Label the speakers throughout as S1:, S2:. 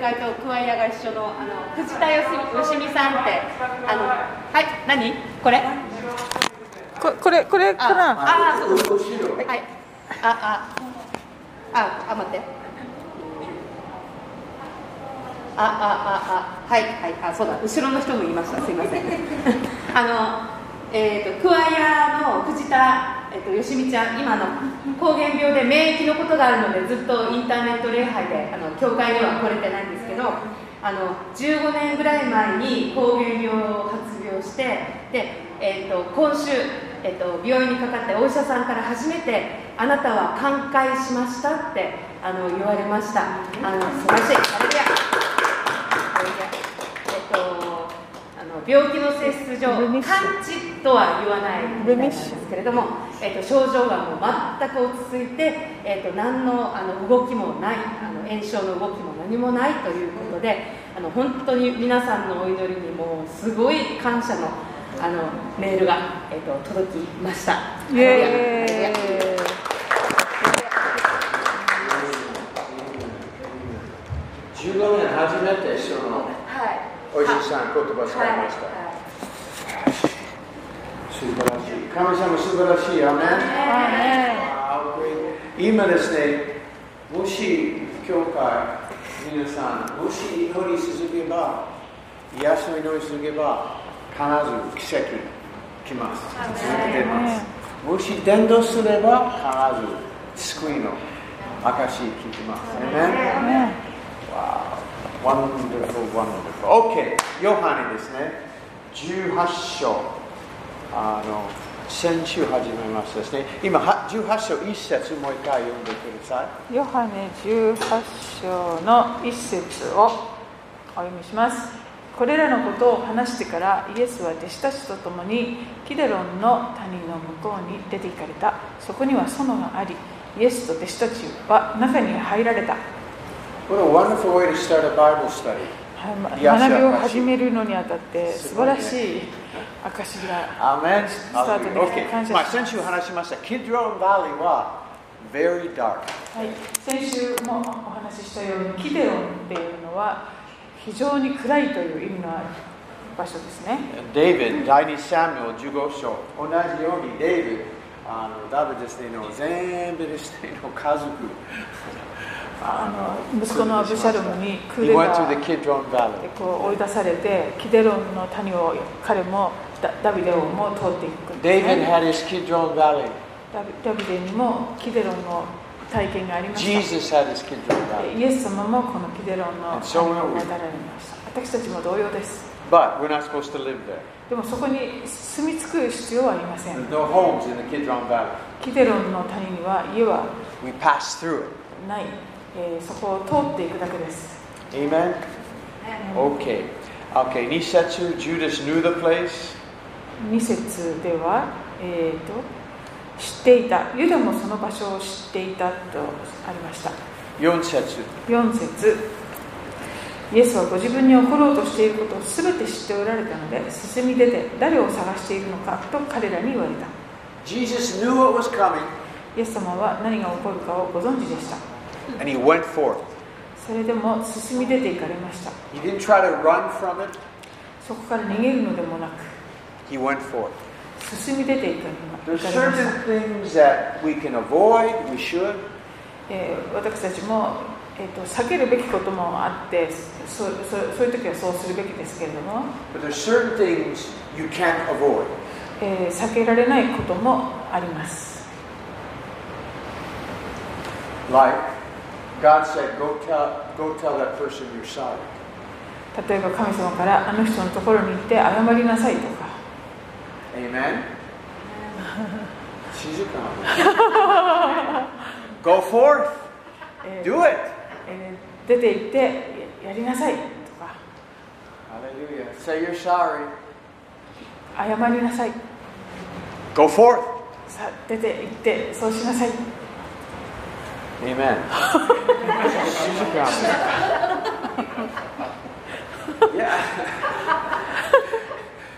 S1: 会と桑屋が一緒のあの藤田よしみさんってあのはい何これ
S2: ここれこれかな
S1: ああそうはいああああ待ってああああはいはいあそうだ後ろの人も言いましたすいませんあのえっ、と桑屋の藤田えっ、とよしみちゃん今あの膠原病で免疫のことがあるのでずっとインターネット礼拝であの教会には来れてないんですけどあの15年ぐらい前に膠原病を発病してで、えー、と今週、えー、と病院にかかってお医者さんから初めて「あなたは寛解しました」ってあの言われましたあの素晴らしいハレルヤハレルヤえっ、とあの病気の性質上
S2: レミ
S1: 完
S2: ッシ
S1: 治とは言わないみたい
S2: レ
S1: なんで
S2: ミッシ
S1: すけれども、えー、と症状がもう全く落ち着いて、えー、と何のあの動きもないあの炎症の動きも何もないということであの本当に皆さんのお祈りにもうすごい感謝のあのメールが、えー、と届きました。
S2: イエーイ
S3: 15年初めてその
S1: はい
S3: おじさん言葉使いました、
S1: はい
S3: 素晴らしい神様素晴らしいア
S2: アーメ
S3: メン
S2: ン
S3: あー今ですねもし教会皆さんもし祈り続けば癒しの祈り続けば必ず奇跡来ます続けてますもし伝道すれば必ず救いの証聞きますね。Wow. Wonderful, wonderful. Okay, ヨハネですね。18章。あの、先週始めましたですね。今、は18章1節もう一回読んでください。
S2: ヨハネ18章の一節をお読みします。これらのことを話してからイエスは弟子たちと共にキデロンの谷の向こうに出て行かれた。そこには園があり、イエスと弟子たちは中に入られた。
S3: What a wonderful way to start a Bible study.
S2: はいま
S3: いや
S2: 学びを始めるのにあたって素晴らしい証が。
S3: アメン。
S2: タートに感謝します
S3: Okay. まあ、先週話しました。キッドロンバリーは very dark。
S2: はい、先週もお話ししたようにキデロンっていうのは非常に暗いという意味のある場所ですね。
S3: デイビッド、第2サムエル15章、同じようにデイビッド、あのダビデですねの全部ですねの家族、
S2: あの息子のアブシャルムにクー
S3: He
S2: デ
S3: went
S2: タ
S3: to
S2: ー
S3: the
S2: で
S3: Kidron Valley.
S2: こう追い出されてキデロンの谷を彼もダダビデをも通っていくんです
S3: David
S2: ね
S3: had his Kidron Valley.
S2: ダビダビデにもキデロンの体験がありました
S3: Jesus had his Kidron Valley.
S2: イエス様もこのキデロンの
S3: And
S2: 谷
S3: so will
S2: を
S3: we.
S2: 渡られました私たちも同様です
S3: But we're not supposed to live there.
S2: でもそこに住み着く必要はありません
S3: There's no homes in the Kidron Valley.
S2: キデロンの谷には家は
S3: We pass through
S2: ない、えーそこを通っていくだけです
S3: it. Amen? Okay. Okay, Nisetsu, Judas knew the place.
S2: 2節では、えー、と知っていたユダもその場所を知っていたとありました
S3: Yonsetsu,
S2: 4節イエスはご自分に起ころうとしていることを全て知っておられたので進み出て誰を探しているのかと彼らに言われた
S3: Jesus knew what was coming
S2: イエス様は何が起こるかをご存知でした
S3: and he went forth.
S2: それでも進み出て行かれました
S3: He didn't try to run from it,
S2: そこから逃げるのでもなく
S3: he went forth.
S2: 進み出て行かれま
S3: There's
S2: 行かれました
S3: certain things that we can avoid, we should,
S2: えー私たちも、えー、と避けるべきこともあってそそそういう時はそうするべきですけれども、
S3: but there's certain things you can't avoid.
S2: えー避けられないこともあります、
S3: Like God said, go tell, go tell that person you're sorry.
S2: 例えば神様からあの人のところに行って謝りなさいとか
S3: Amen? She's a clown. go forth, do it.
S2: えー出て行ってややりなさいとか
S3: Hallelujah. Say you're sorry.
S2: 謝りなさい
S3: Go forth.
S2: さ出て行ってそうしなさい
S3: Amen. She's a clown. yeah.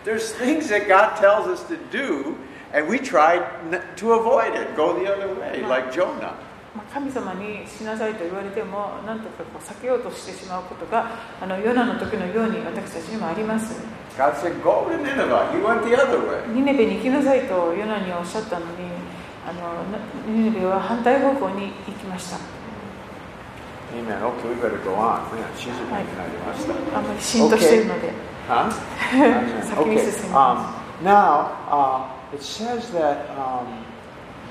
S3: There's things that God tells us to do, and we try n- to avoid it, go the other way, like Jonah.
S2: まあ、神様に死なさいと言われても何とかこう避けようとしてしまうことがあのヨナの時のように私たちにもあります
S3: God said, Go to Nineveh. He went the other way.
S2: ニネベに行きなさいとヨナにおっしゃったのにあのなニネベは反対方向に行きました
S3: Amen. Okay, we better go on. Man, she's a
S2: Right.
S3: man.
S2: あんまりシーンとしているので、
S3: Huh? okay. Um, now, uh, it says that um,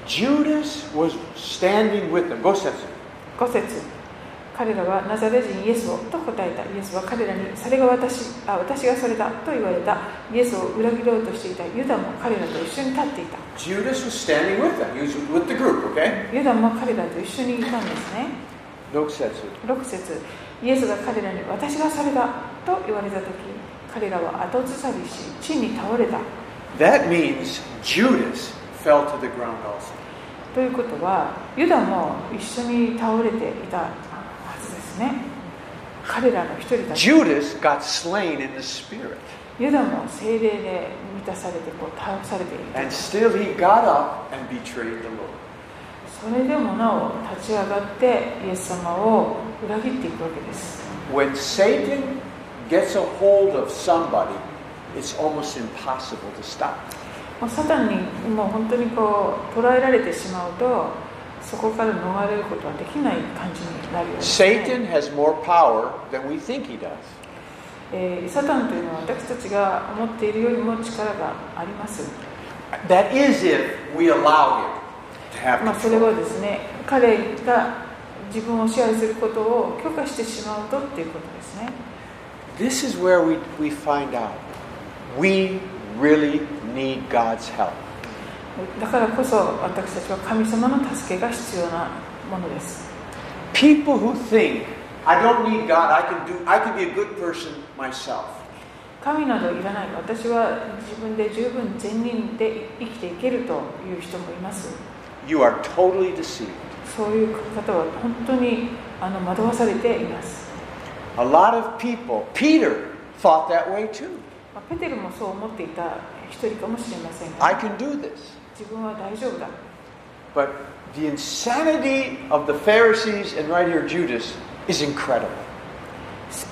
S3: Judas was standing with them. Go, Setsu.
S2: 5節彼らはナザレ人イエスをと答えたイエスは彼らにそれが私あ私がそれだと言われたイエスを裏切ろうとしていたユダも彼らと一緒に立っていた
S3: Judas was standing with them. He was with the group, okay?
S2: ユダも彼らと一緒にいたんですね
S3: No, Setsu.
S2: 6節イエスが彼らに私がそれだと言われた時彼らは後ずさりし地に倒れた
S3: That means Judas fell to the ground also.
S2: ということはユダも一緒に倒れていたはずですね彼らの一人だ
S3: Judas got slain in the spirit.
S2: ユダも精霊で満たされてこう倒されていた
S3: And still he got up and betrayed the Lord.
S2: それでもなお立ち上がってイエス様を裏切っていくわけです
S3: When Satan gets a hold of somebody, it's almost impossible to stop.
S2: もうサタンにもう本当にこう捕らえられてしまうとそこから逃れることはできない感じになるようですね
S3: Satan has more power than we think he does.
S2: えーサタンというのは私たちが思っているよりも力があります、
S3: That is if we allow him to
S2: まあ、
S3: have
S2: それ
S3: control.
S2: はですね彼が自分を支配することを許可してしまうとっていうことですね
S3: This is where we, we find out we really need God's help.
S2: だからこそ私たちは神様の助けが必要なものです
S3: People who think, I don't need God, I can do I can be a good person myself.
S2: 神などいらない私は自分で十分善人で生きていけるという人もいます
S3: You are totally deceived.
S2: そういう方は本当にあの惑わされています
S3: A lot of people, Peter thought that way too.
S2: まあペテルもそう思っていた一人かもしれません
S3: I
S2: が
S3: can do this.
S2: 自分は大丈夫だ
S3: But the insanity of the Pharisees and right here Judas is incredible.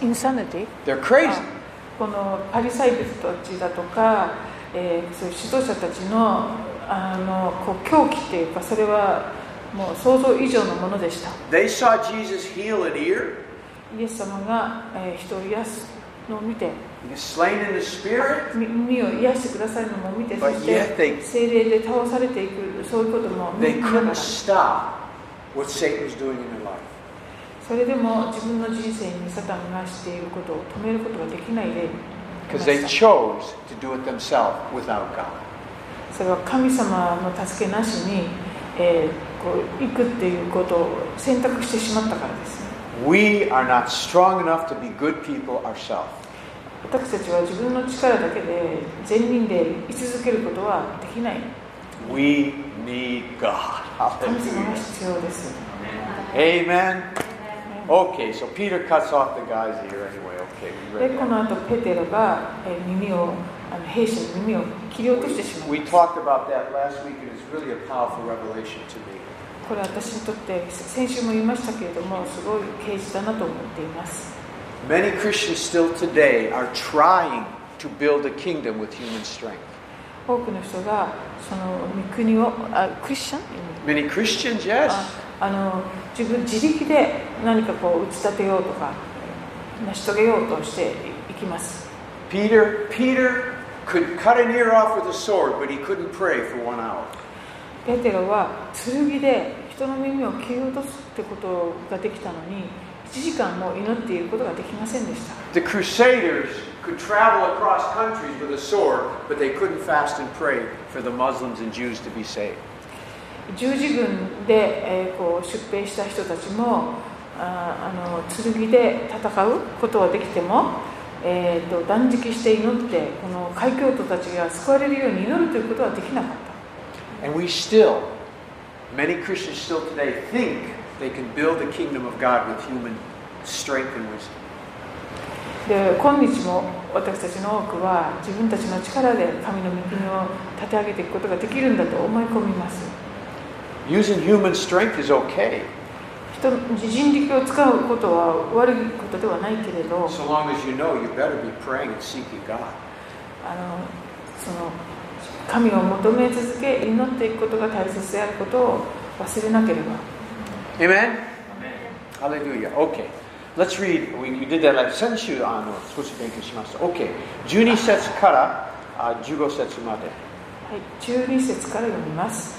S2: insanity?
S3: They're crazy.
S2: このパリサイ人たちだとか、えーそういう指導者たちのあのこう狂気っていうかそれはもう想像以上のものでした
S3: They saw Jesus heal an ear,
S2: イエス様が、えー人を癒すのを見て
S3: he was slain in the spirit.
S2: み耳を癒してくださるのも見てそ
S3: But
S2: し
S3: yet
S2: て
S3: they-
S2: 精霊で倒されていくそういうことも見
S3: They
S2: なが
S3: couldn't
S2: ら
S3: stop what Satan was doing in their life.
S2: それでも自分の人生にサタンがしていることを止めることができない例
S3: Because they chose to do it themselves without God.
S2: それは神様の助けなしに、えーこう行くっていうことを選択してしまったからです、ね、
S3: We are not strong enough to be good people ourselves.
S2: 私たちは自分の力だけで善人で居続けることはできない
S3: We need God.
S2: 神様が必要です
S3: Amen. Okay, so Peter cuts off the guy's ear anyway. Okay, we
S2: で
S3: read
S2: こ
S3: that.
S2: の後ペテロが、えー耳をあの兵士の耳を切り落としてしまう
S3: We talked about that last week, and it's really a powerful revelation to me.
S2: これは私にとって先週も言いましたけれどもすごい啓示だなと思っています
S3: Many Christians still today are trying to build a kingdom with human strength.
S2: 多くの人がその御国をあクリスチャン
S3: Many Christians, yes.
S2: ああの自分自力で何かこう打ち立てようとか成し遂げようとしていきます
S3: Peter, Peter could cut an ear off with a sword, but he couldn't pray for one hour.
S2: ペテロは剣で人の耳を切り落とすってことができたのに1時間も祈っていることができませんでした
S3: The Crusaders could travel across countries with a sword, but they couldn't fast and pray for the Muslims and Jews to be saved.
S2: 十字軍で、えーこう出兵した人たちもあーあの剣で戦うことはできても、えーと断食して祈ってこの海峡徒たちが救われるように祈るということはできなかった
S3: And we still, many Christians still today, think they can build the kingdom of God with human strength and wisdom.
S2: で今日も私たちの多くは自分たちの力で神の御国を立て上げていくことができるんだと思い込みます
S3: Using human strength is okay,
S2: 人人力を使うことは悪いことではないけれど
S3: so long as you know you better be praying and seeking God.
S2: あのその神を求め続け祈っていくことが大切であることを忘れなければ
S3: Amen? Hallelujah. Okay. Let's read. We, we did that last. 先週あの少し勉強しました。Okay. 12節からあ15節ま
S2: は
S3: で。
S2: い、12節から読みます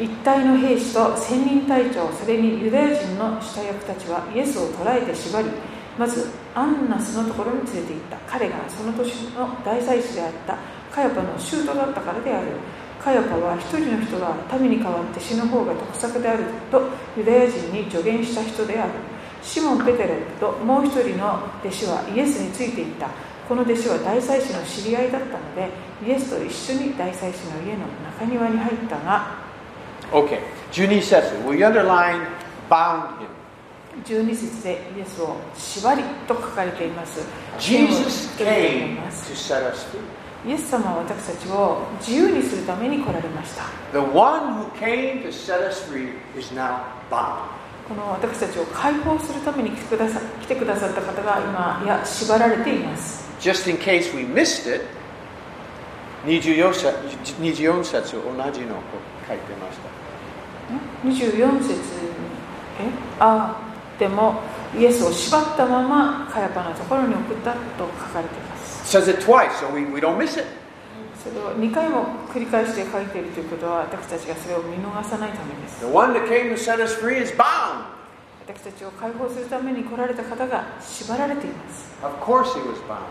S2: 一体の兵士と千人隊長それにユダヤ人の下役たちはイエスを捕らえて縛りまずアンナスのところに連れて行った彼がその年の大祭司であったカヤパの舅だったからであるカヤパは一人の人が民に代わって死ぬ方が得策であるとユダヤ人に助言した人であるシモン・ペテロともう一人の弟子はイエスについていったこの弟子は大祭司の知り合いだったのでイエスと一緒に大祭司の家の中庭に入ったが
S3: Okay. 12節。We underline bound him.
S2: 12節でイエスを縛りと書かれていますイ
S3: Jesus came to set us free.
S2: エス様は私たちを自由にするために来られました
S3: The one who came to set us free is now bound.
S2: この私たちを解放するために来てくださ来てくださった方が今いや縛られています
S3: Just in case we missed it, 24節24節同じのを書いてました。
S2: ん24節にえああでもイエスを縛ったままカヤパのところに送ったと書かれています
S3: says it twice, so we, we don't miss it.
S2: それを2回も繰り返して書いているということは私たちがそれを見逃さないためです
S3: The one that came to set us free is bound.
S2: 私たちを解放するために来られた方が縛られています
S3: Of course he was bound.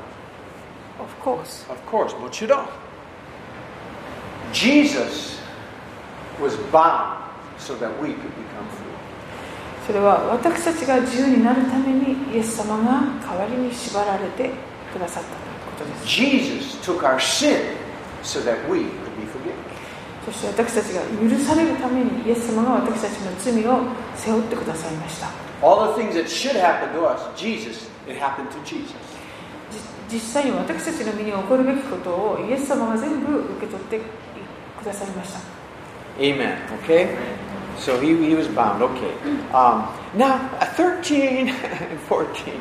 S2: Of course
S3: Of course, Mochidon. Jesus was bound so that we could become free.
S2: それは私たちが自由になるためにイエス様が代わりに縛られてくださったということです
S3: Jesus took our sin so that we could be forgiven.
S2: そして私たちが許されるためにイエス様が私たちの罪を背負ってくださいました
S3: All the things that should happen to us, Jesus, it happened to Jesus.
S2: じ実際に私たちの身に起こるべきことをイエス様が全部受け取ってくださいました
S3: Amen. Okay? So he, he was bound. Okay. Um, now, 13 and 14.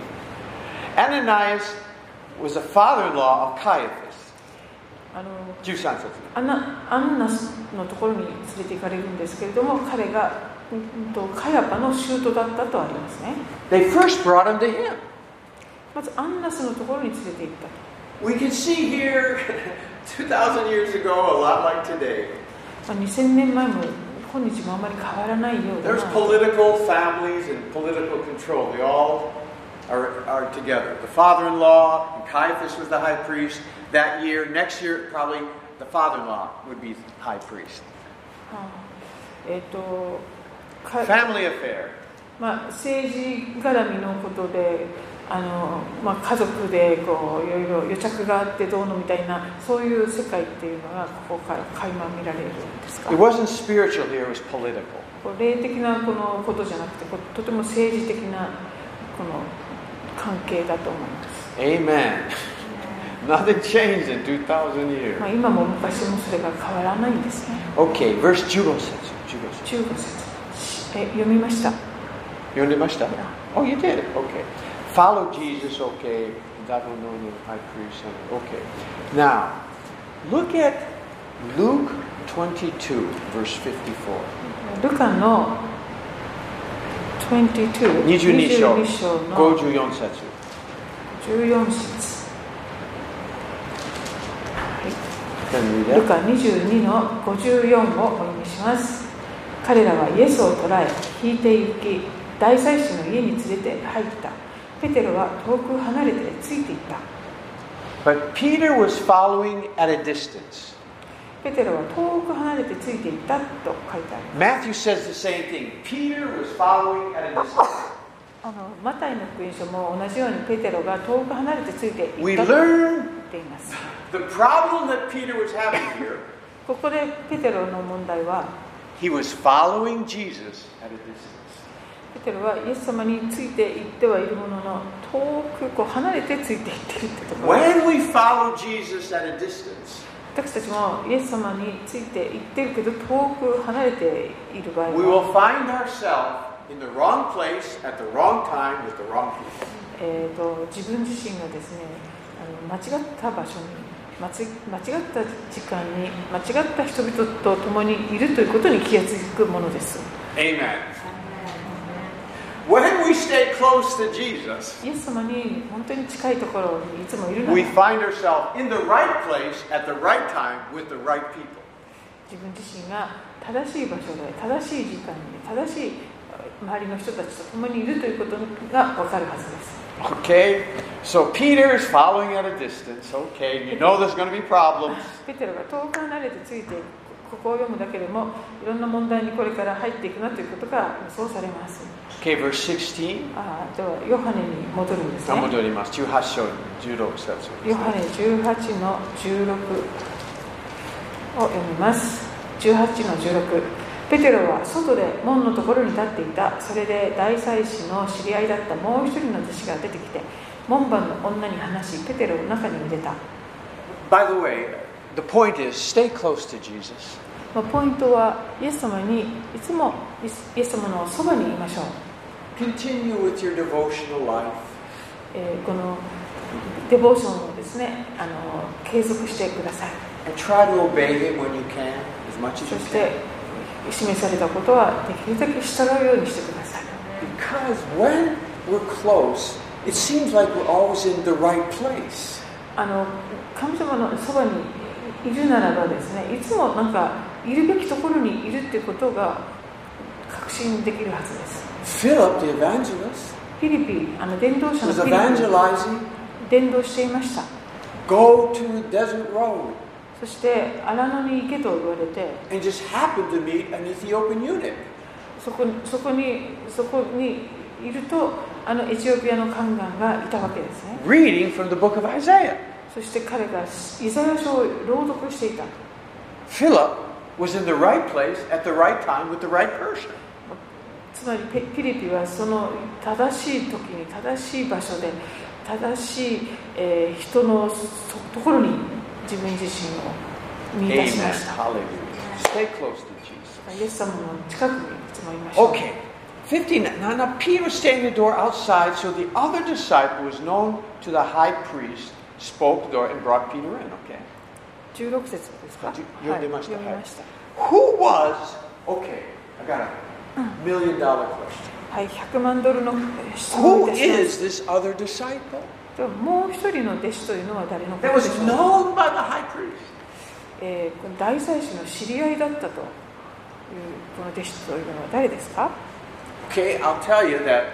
S3: Ananias was a father in law of Caiaphas.
S2: あの
S3: 13節
S2: アナアンナスのところに連れて行かれるんですけれども彼がうんうんとカヤパの舅だったとありますね
S3: They first brought him to him.
S2: まずアンナスのところに連れて行った
S3: We can see here 2,000 years ago, a lot like today.
S2: まあ2000年前も今日もあまり変わらないようだ
S3: There's
S2: な
S3: political families and political control. They all are, are together. The father in law, and Caiaphas was the high priest that year. Next year, probably the father in law would be high priest.
S2: あえっ、とか、
S3: Family affair.
S2: まあ、政治絡みのことであの、まあ、家族でこういろいろ癒着があってどうのみたいなそういう世界っていうのがここから垣間見られるんですか
S3: It wasn't spiritual here, it was political.
S2: こう霊的なこのことじゃなくてこうとても政治的なこの関係だと思います、
S3: Amen. Nothing changed in 2,000
S2: まあ、
S3: years.
S2: 今も昔もそれが変わらないんですね
S3: Okay, verse 15 says. 15 says.
S2: 15節え読みました
S3: You only must have. Oh, you did. Okay. Follow Jesus. Okay. That will know you. I priest. Okay. Now, look at Luke 22, verse 54.
S2: ルカの22
S3: 22章
S2: 22章の
S3: 54節。
S2: 14節
S3: Can you
S2: ル
S3: read
S2: カ
S3: that?
S2: 22の54をお読みします彼らはイエスを捕らえ引いて行き大祭司の家に連れて入ったペテロは遠く離れてついていった
S3: But Peter was following at a distance.
S2: ペテロは遠く離れてついていったと書いてある
S3: Matthew says the same thing. Peter was following at a distance.
S2: あのマタイの福音書も同じようにペテロが遠く離れてついてい
S3: We
S2: ったと言
S3: learn
S2: っています
S3: the problem that Peter was having here.
S2: ここでペテロの問題は
S3: He was following Jesus at a distance.
S2: ペテロはイエス様についていってはいるものの遠くこう離れてついていっているってところ
S3: When we follow Jesus at a distance,
S2: 私たちもイエス様について行ってるけど遠く離れている場合
S3: We
S2: も、
S3: will find ourselves in the wrong place at the wrong time with the wrong people.
S2: えー、と自分自身がですねあの間違った場所に間違間違った時間に間違った人々と共にいるということに気が付くものです
S3: Amen. When we stay close to Jesus,
S2: イエス様に本当に近いところにいつもいるの
S3: we
S2: に
S3: find ourselves in the right place at the right time with the right people.
S2: 自分自身が正しい場所で正しい時間に正しい周りの人たちと共にいるということが分かるはずです
S3: Okay, so Peter is following at a distance. Okay, you know there's going to be problems.
S2: ペテロが遠く離れてついてここを読むだけでもいろんな問題にこれから入っていくなということが予想されます
S3: Okay, verse 16.
S2: ああではヨハネに戻るんですねヨハネ
S3: 戻ります。18章16節。
S2: 18の16を読みます18の16ペテロは外で門のところに立っていたそれで大祭司の知り合いだったもう一人の弟子が出てきて門番の女に話しペテロを中に入れた
S3: By the way, the point is stay close to Jesus.
S2: まあポイントはイエス様にいつもイエスイエス様のそばにいましょう、
S3: Continue with your devotional life.
S2: えーこのデボーションをですねあの継続してください
S3: And try to obey him when you can, as much
S2: そ
S3: as you
S2: して
S3: can.
S2: 示されたことはできるだけ従うようにしてください
S3: Because when we're close, it seems like we're always in the right place.
S2: あの神様のそばにいるならばですねいつもなんかいるべきところにいるっていうことが確信できるはずです
S3: Philip, the evangelist,
S2: フィリピンあの伝道者の
S3: was
S2: フィリピ
S3: evangelizing.
S2: ン伝道していました
S3: Go to the desert road.
S2: そして荒野に行けと言われて
S3: And just happened to meet an Ethiopian eunuch.
S2: そこそこにそこにいるとあのエチオピアの宦官がいたわけですね
S3: Reading from the book of Isaiah.
S2: そして彼がイザヤ書を朗読していた
S3: Philip was in the right place at the right time with the right person.
S2: つまりピピリピはその正しい時に正しい場所で正しい、えー人のそところに自分自身を見出しました
S3: Hallelujah. Stay close to Jesus.
S2: イエス様の近くにいつもいました、
S3: Okay, 59. Now, now Peter was standing at the door outside, so the other disciple who was known to the high priest spoke the door and brought Peter in. Okay.
S2: 16節ですか
S3: じ読んでました
S2: はい、読みました、
S3: Who was, okay, I got a million dollar question.
S2: はい、100万ドルの質問
S3: Who
S2: です
S3: is this other disciple
S2: でももう一人の弟子というのは誰のこ
S3: that
S2: とで
S3: was
S2: しょう、
S3: known by the high priest?
S2: えーこの大祭司の知り合いだったというこの弟子というのは誰ですか
S3: Okay, I'll tell you that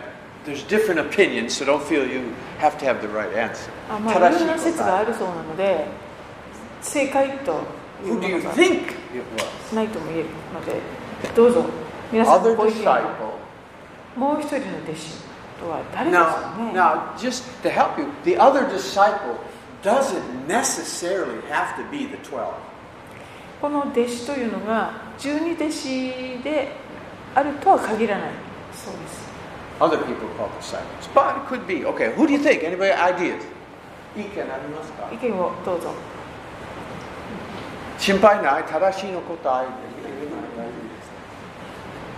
S3: there's different opinions, so don't feel you have to have the right answer.
S2: あまあ、いろんな説があるそうなので正解という
S3: Who
S2: も
S3: do
S2: の
S3: you
S2: が
S3: think it was?
S2: ないとも言えるのでどうぞ皆さんの
S3: Other
S2: ご意見を
S3: disciple.
S2: もう一人の弟子とは誰です
S3: Now,
S2: かね
S3: now, just to help you, the other disciple doesn't necessarily have to be the 12.
S2: この弟子というのが十二弟子であるとは限らないそうです
S3: Other people call disciples. But it could be. Okay, who do you think? Anybody ideas?
S2: 意見をどうぞ
S3: 心配ない。正しいの答え。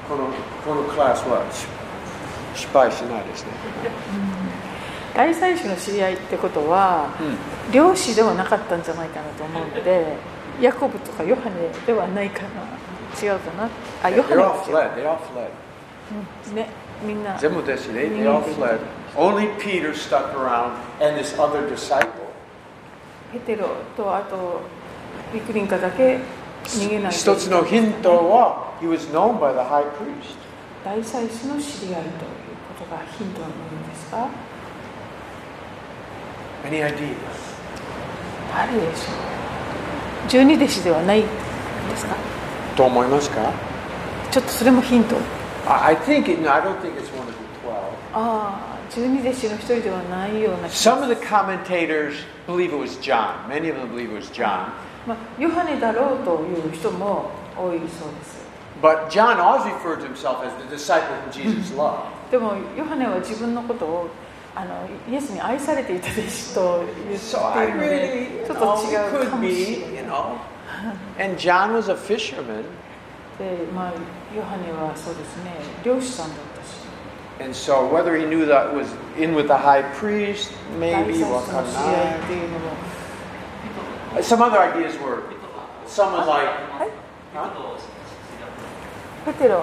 S3: この、このクラスは失敗しないですね。
S2: 大祭司の知り合いってことは漁師ではなかったんじゃないかなと思うのでヤコブとかヨハネではないかな違うかなあヨハ
S3: They
S2: ネ
S3: all
S2: は違う
S3: fled. They all fled.
S2: ねみんな
S3: 全部弟子, They, they all fled. Only Peter stuck around and this other disciple.
S2: ペテロとあとビクリンカだけ逃げないで
S3: 一つのヒントは、he was known by the high priest.
S2: 大祭司の知り合いということがヒントのものですか
S3: Any ideas?
S2: 誰でしょう十二弟子ではないんですか
S3: と思いますか
S2: ちょっとそれもヒント
S3: I I think, it, no, I don't think it's one of
S2: あ
S3: the 12.
S2: あ十二弟子の一人ではないような気が
S3: Some of the commentators believe it was John. Many of them believe it was John.
S2: まあ、ヨハネだろうという人も多いそうです
S3: But John always referred to himself as the disciple whom Jesus loved.
S2: でもヨハネは自分のことをあのイエスに愛されていた弟子と言って
S3: So I
S2: いるの
S3: really,
S2: で
S3: you
S2: ちょっ
S3: know,
S2: と
S3: it
S2: 違うか
S3: could
S2: も
S3: be,
S2: しれ
S3: you
S2: ない
S3: know. And John was a fisherman,
S2: で、まあ、ヨハネはそうですね、漁師さんだったし、
S3: and so whether he knew that was in with the high priest,
S2: 大祭
S3: maybe
S2: 司の試
S3: wakana.
S2: 合っていうのも、
S3: Some other ideas were someone like
S2: はい
S4: ペ
S2: ペ
S4: トロを知り合って
S2: テロ、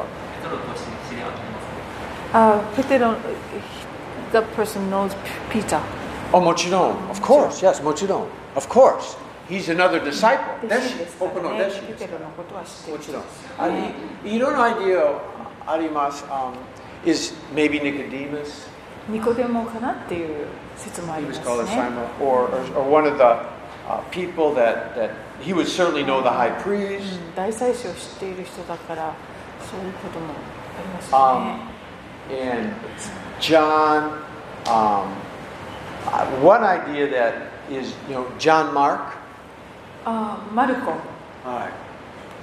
S4: ペトロと知り合ってますね。
S2: あペテロ、that person knows Peter。
S3: oh mochiron, of course, yes mochiron, of course. He's another disciple.
S2: 弟子ですから
S3: Open
S2: ね
S3: on、
S2: ペテロのことは知っている。
S3: もちろん。あいいろんなアイディアあります。Um, is maybe Nicodemus,
S2: ニコデモかなっていう説もあ
S3: he
S2: り
S3: was
S2: ます
S3: called
S2: ね。
S3: Simon, or, or, or one of the uh, people that, that he would certainly know the high
S2: う
S3: priest.
S2: ん、大祭司を知っている人だから、そういうこともありますよ
S3: Um,
S2: ね。
S3: and John, um, uh, one idea that is, you know, John Mark.
S2: あマルコ
S3: Alright.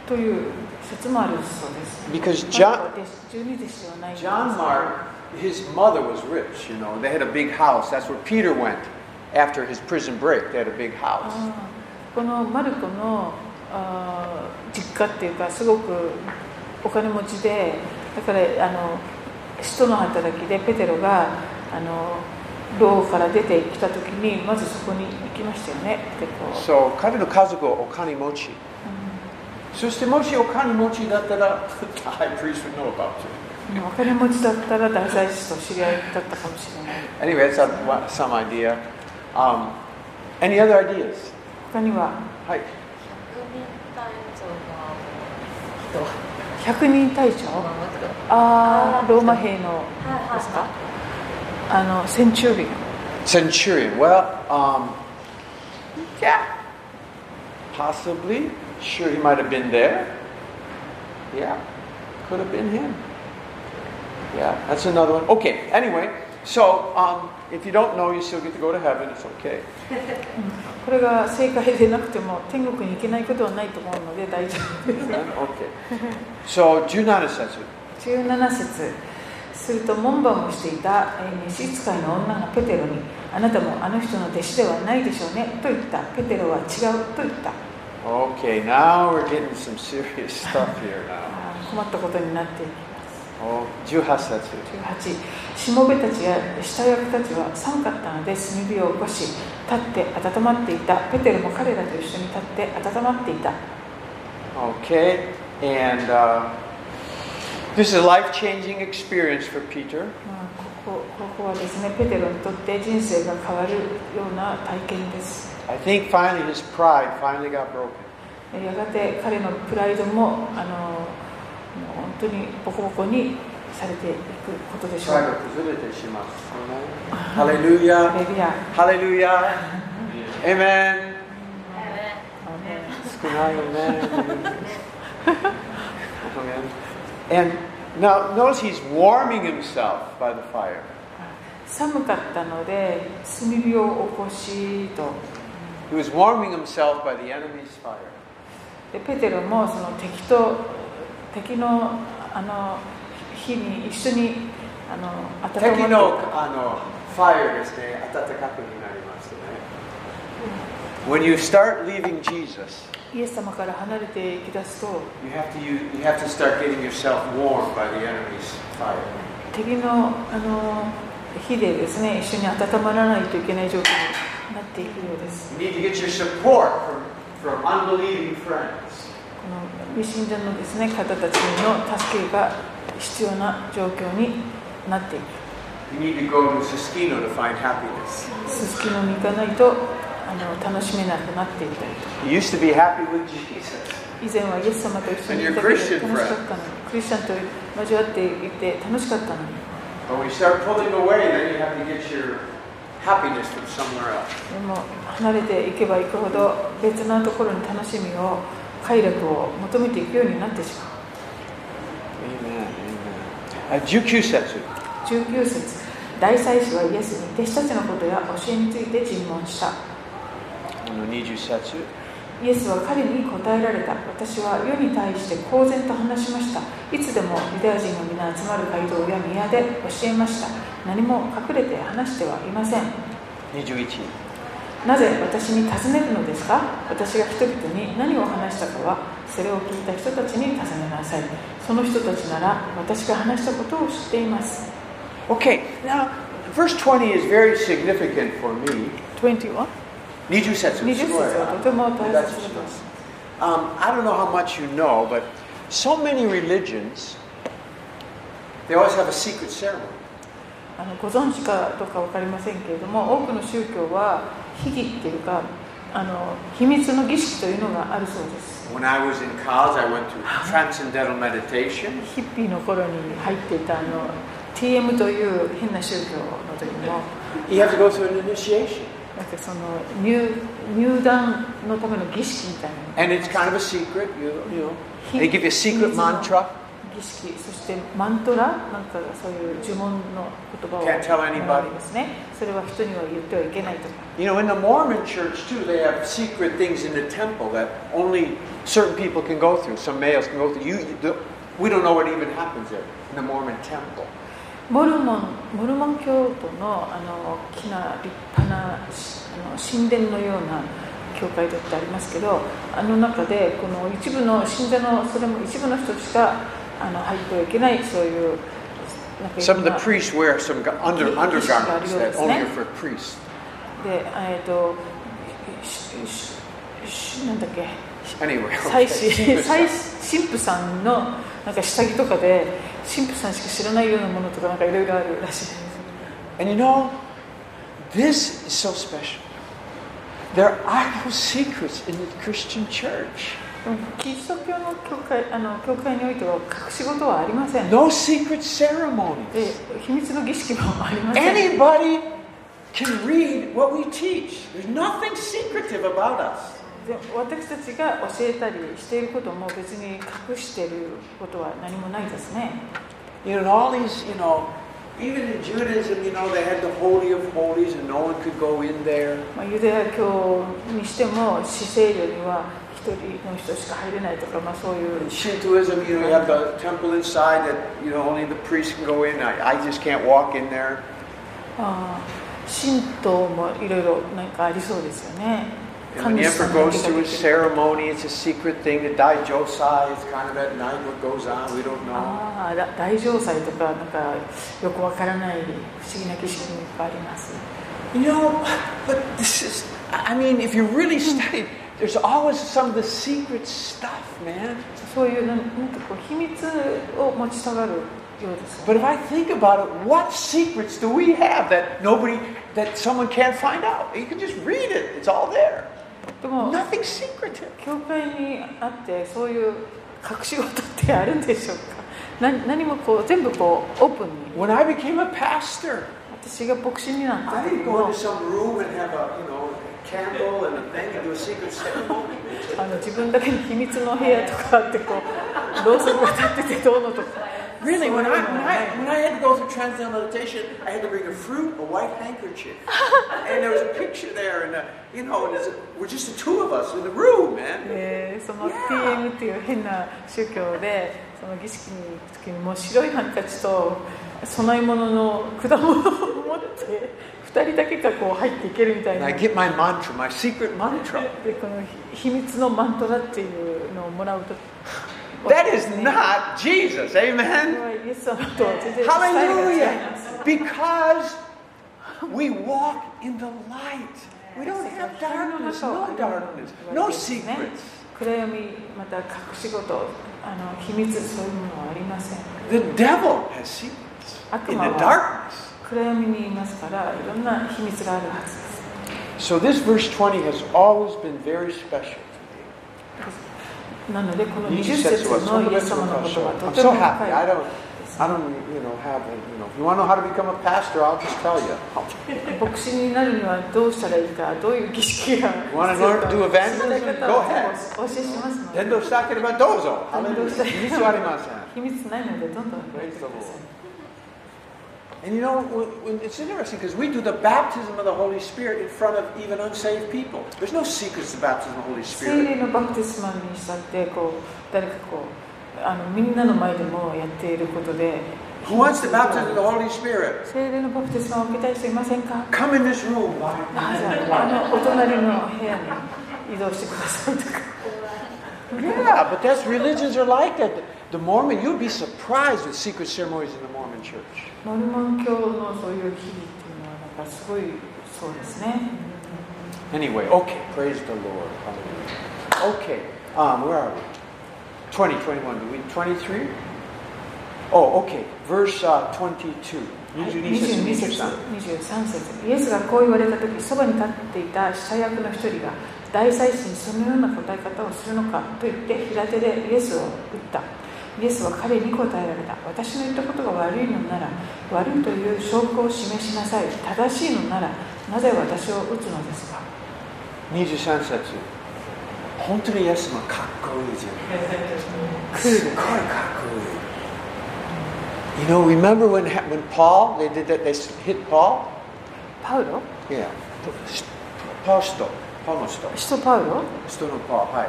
S2: という説もあるそうです。
S3: Because
S2: マル
S3: John,
S2: コは十二弟子ではないんですけど
S3: John Mark, his mother was rich, you know. They had a big house. That's where Peter went after his prison break. They had a big
S2: あ
S3: house.
S2: ーこのマルコのあー実家っていうかすごくお金持ちでだからあの使徒の働きでペテロがあの牢から出てきた時にまずそこに行きましたよね結構
S3: So, 彼の家族はお金持ち。そしてもしお金持ちだったら、the high priest would know about you.
S2: うんお金持ちだったら大祭司と知り合いだったかもしれない
S3: Anyway, that's a- what- some idea. Um, any other ideas?
S2: 他には
S3: はい。
S2: 100人隊長ああローマ兵のですかあのセンチューリオン
S3: Centurion. Well, um, yeah. Possibly. Sure, he might have been there. Yeah. Could have been him. Yeah, that's another one. Okay, anyway. So, um, if you don't know, you still get to go to heaven. It's okay.
S2: これが正解でなくても天国に行けないことはないと思うので大丈夫で
S3: Okay. So, 17 says it.
S2: す17節すると門番をしていたえー召使いの女がペテロに「あなたもあの人の弟子ではないでしょうね」と言ったペテロは違うと言った
S3: Okay, now we're getting some serious stuff here now.
S2: あー困ったことになっていき
S3: Oh, 18 says it.
S2: 18しもべたちや下役たちは寒かったので炭火を起こし立って温まっていたペテロも彼らと一緒に立って温まっていた
S3: Okay, and uh, this is a life changing experience for Peter.
S2: まあ、ここここはですねペテロにとって人生が変わるような体験です
S3: I think finally his pride finally got broken.
S2: やがて彼のプライドもあのもう本当にボコボコにされていくことでしょうレ
S3: Hallelujah.
S2: ビア
S3: Hallelujah. Amen.
S2: あのね
S3: Amen. And now notice he's warming himself by the fire.
S2: 寒かったので炭火を起こしと
S3: He was warming himself by the enemy's fire.
S2: でペテロもその敵と敵のあの火に一緒にあの温まっていた
S3: 敵のあのファイアですね、暖かくになりますね。When you start leaving Jesus,
S2: イエス様から離れていきだすと
S3: you have to you, you have to start getting yourself warmed by the enemy's fire.
S2: 敵のあの火でですね一緒に温まらないといけない状況になっていくようです
S3: You need to get your support from, from unbelieving friends.
S2: この未信者のですね方たちの助けが必要な状況になっていく
S3: You need to go to Siskino to find happiness.
S2: すすきのに行かないとあの楽しめなくなっていたり
S3: You used to be happy with Jesus.
S2: 以前はイエス様と一緒にい
S3: And
S2: た
S3: you're
S2: けど楽
S3: Christian,
S2: しかったのにクリスチャンと交わっていて楽しかったのに
S3: But when you start pulling away, then you have to get your happiness from somewhere else.
S2: でも離れていけばいくほど別なところに楽しみを快楽を求めていくようになってしまう
S3: Amen. Amen. Uh, Jukyu Setsu.
S2: 19節大祭司はイエスに弟子たちのことや教えについて尋問した
S3: No, Niju Setsu.
S2: イエスは彼に答えられた私は世に対して公然と話しましたいつでもユダヤ人の皆集まる街道や宮で教えました何も隠れて話してはいません
S3: Niju Ichi.
S2: 21なぜ私に尋ねるのですか私が人々に何を話したかはそれを聞いた人たちに尋ねなさいその人たちなら私が話したことを知っています
S3: Okay, now verse 20 is very significant for me.
S2: 21?
S3: 20節
S2: 20節はとても大切なことです
S3: Um, I don't know how much you know, but so many religions, they always have a secret ceremony.
S2: あのご存知かどうか分かりませんけれども多くの宗教は秘儀っていうかあの秘密の儀式というのがあるそうです
S3: When I was in college, I went to transcendental meditation.
S2: ヒッピーの頃に入っていたあの TM という変な宗教の時も
S3: You have to go through an initiation,
S2: なんかその入入団のための儀式みたいな
S3: and it's kind of a secret. You, you know, they give you a secret
S2: 秘密の
S3: mantra.
S2: 儀式そしてマントラなんかそういう呪文の言葉を
S3: Can't tell anybody.
S2: 習うんですねそれは人には言ってはいけないとか
S3: You know, in the Mormon church too, they have secret things in the temple that only certain people can go through. Some males can go through. You, you don't- we don't know what even happens there in the Mormon temple.
S2: モルモンモルモン教徒のあの大きな立派なしあの神殿のような教会だってありますけどあの中でこの一部の信者のそれも一部の人しかあの入ってはいけないそういうなんかい
S3: Some
S2: ろ
S3: of
S2: ん
S3: the
S2: な
S3: priests wear some go- under, undergarments that only are for priests.
S2: でえっとしししなんだっけ
S3: Anyway,
S2: 祭
S3: okay,
S2: 司
S3: secret
S2: 祭
S3: stuff.
S2: 司神父さんのなんか下着とかで神父さんしか知らないようなものとかなんかいろいろあるらしいです。
S3: And you know, this is so special. There are no secrets in the Christian church.
S2: でもキリスト教の教会あの教会においては隠し事はありません。で
S3: No secret ceremonies.
S2: 秘密の儀式もありません。
S3: Anybody can read what we teach. There's nothing secretive about us.
S2: で私たちが教えたりしていることも別に隠していることは何もないですね。
S3: You know, and all these, you know, even in Judaism, you know, they had the Holy of Holies and no one could go in there.
S2: まあ、ユダヤ教にしても死聖領には一人の人しか入れないとか、まあ、そういう
S3: In Shintoism, you know, you have the temple inside that, you know, only the priest can go in. I, I just can't walk in there.
S2: あー神道もいろいろなんかありそうですよね。
S3: And when the
S2: さ
S3: emperor
S2: んの理解できる
S3: goes through his ceremony, it's a secret thing. The Daijosai is kind of at night what goes on. We don't know.
S2: ああ、だ大城祭とか、なんかよくわからない不思議な儀式もいっぱいあります。
S3: You know, but this is, I I mean, if you really study, there's always some of the secret stuff, man.
S2: そういうなんなんかこう秘密を持ちたがるようです、
S3: But if
S2: ね。
S3: I think about it, what secrets do we have that nobody, that someone can't find out? You can just read it, it's all there.
S2: でも、
S3: Nothing secretive.
S2: 教会にあってそういう隠し事ってあるんでしょうか。な何もこう全部こうオープンに。
S3: When I became a pastor,
S2: 私が牧師になった
S3: I
S2: 時
S3: didn't go
S2: も
S3: into、some room and have a, you know, candle and a thing and do a secret ceremony.
S2: あの自分だけの秘密の部屋とかあってこうろうそくが立っててどうのとか。
S3: Really, when
S2: そういう
S3: I, when
S2: のは
S3: I,
S2: ない
S3: when I had to go through transcendental meditation, I had to bring a fruit, a white handkerchief. and there was a picture there, and, a, you know, and it's we're just the two of us in the room, man.
S2: えーその TM っていう変な宗教でその儀式に行く時にもう白いハンカチと供え物の果物を持って2人だけがこう入っていけるみたい
S3: And
S2: な
S3: I
S2: で
S3: get my mantra, my secret mantra.
S2: この秘密のマントラっていうのをもらうと
S3: That is
S2: こ
S3: not Jesus,
S2: れ
S3: amen?
S2: はイエス様と全然スタイルが違います
S3: Hallelujah! Because we walk in the light. We don't have darkness, no darkness, no secrets.
S2: 暗闇また隠し事あの秘密そういうものはありません
S3: The devil has secrets in the darkness.
S2: 暗闇にいますからいろんな秘密があるはずです
S3: So this verse 20 has always been very special.
S2: なのでこの
S3: You
S2: 20
S3: just
S2: 節
S3: said to us,
S2: の
S3: "Somebody
S2: イエ
S3: else
S2: ス様
S3: will
S2: の
S3: come
S2: 言葉
S3: show."
S2: と
S3: I'm
S2: て
S3: so
S2: も
S3: happy.
S2: 深
S3: I
S2: い
S3: don't, I don't, you know, have, a- you know, if you want to know how to become a pastor, I'll just tell you.
S2: 牧師になるにはどうしたらいいかどういう儀式が
S3: wanna learn to do
S2: 教
S3: evangelism?
S2: え方
S3: Go
S2: を
S3: ahead.
S2: お教えしますので
S3: Dendo sakere ba dozo. Hallelujah. 秘密はありません。
S2: 秘密ないのでどんどんやってくだ
S3: Praise
S2: さ
S3: the Lord.
S2: い
S3: And you know, when, when it's interesting because we do the baptism of the Holy Spirit in front of even unsaved people. There's no secrets to baptism of the Holy
S2: 聖
S3: Spirit.
S2: 霊のバプテスマにしたってこう誰かこうあのみんなの前でもやっていることで
S3: Who wants the baptism of the Holy Spirit?
S2: 精霊のバプテスマを受けたい人いません か
S3: Come in this room.
S2: あじゃああのお隣の部屋に移動してくださいとか
S3: Yeah, but that's religions are like that. The Mormon, you'd be surprised with secret ceremonies in the Mormon church.
S2: モルモン教のそういう日っていうのはなんかすごいそうですね
S3: Anyway, okay, praise the Lord. Hallelujah. Okay, um, where are we? 20, 21, do we, 23? Oh, okay, verse uh, 22.
S2: 22節
S3: 22節
S2: 23節イエスがこう言われた時そばに立っていた社役の一人が大祭司にそのような答え方をするのかと言って平手でイエスを打ったイエスは彼に答えられた私の言ったことが悪いのなら悪いという証拠を示しなさい正しいのならなぜ私を打つのですか
S3: 23節本当にイエスもかっこいいじゃんすっごいかっこいい You know, remember when, when Paul, they did that, they hit Paul?
S2: パウロ
S3: Yeah. パウスト、パウの人、
S2: 使徒パウロ
S3: 人のパウ、は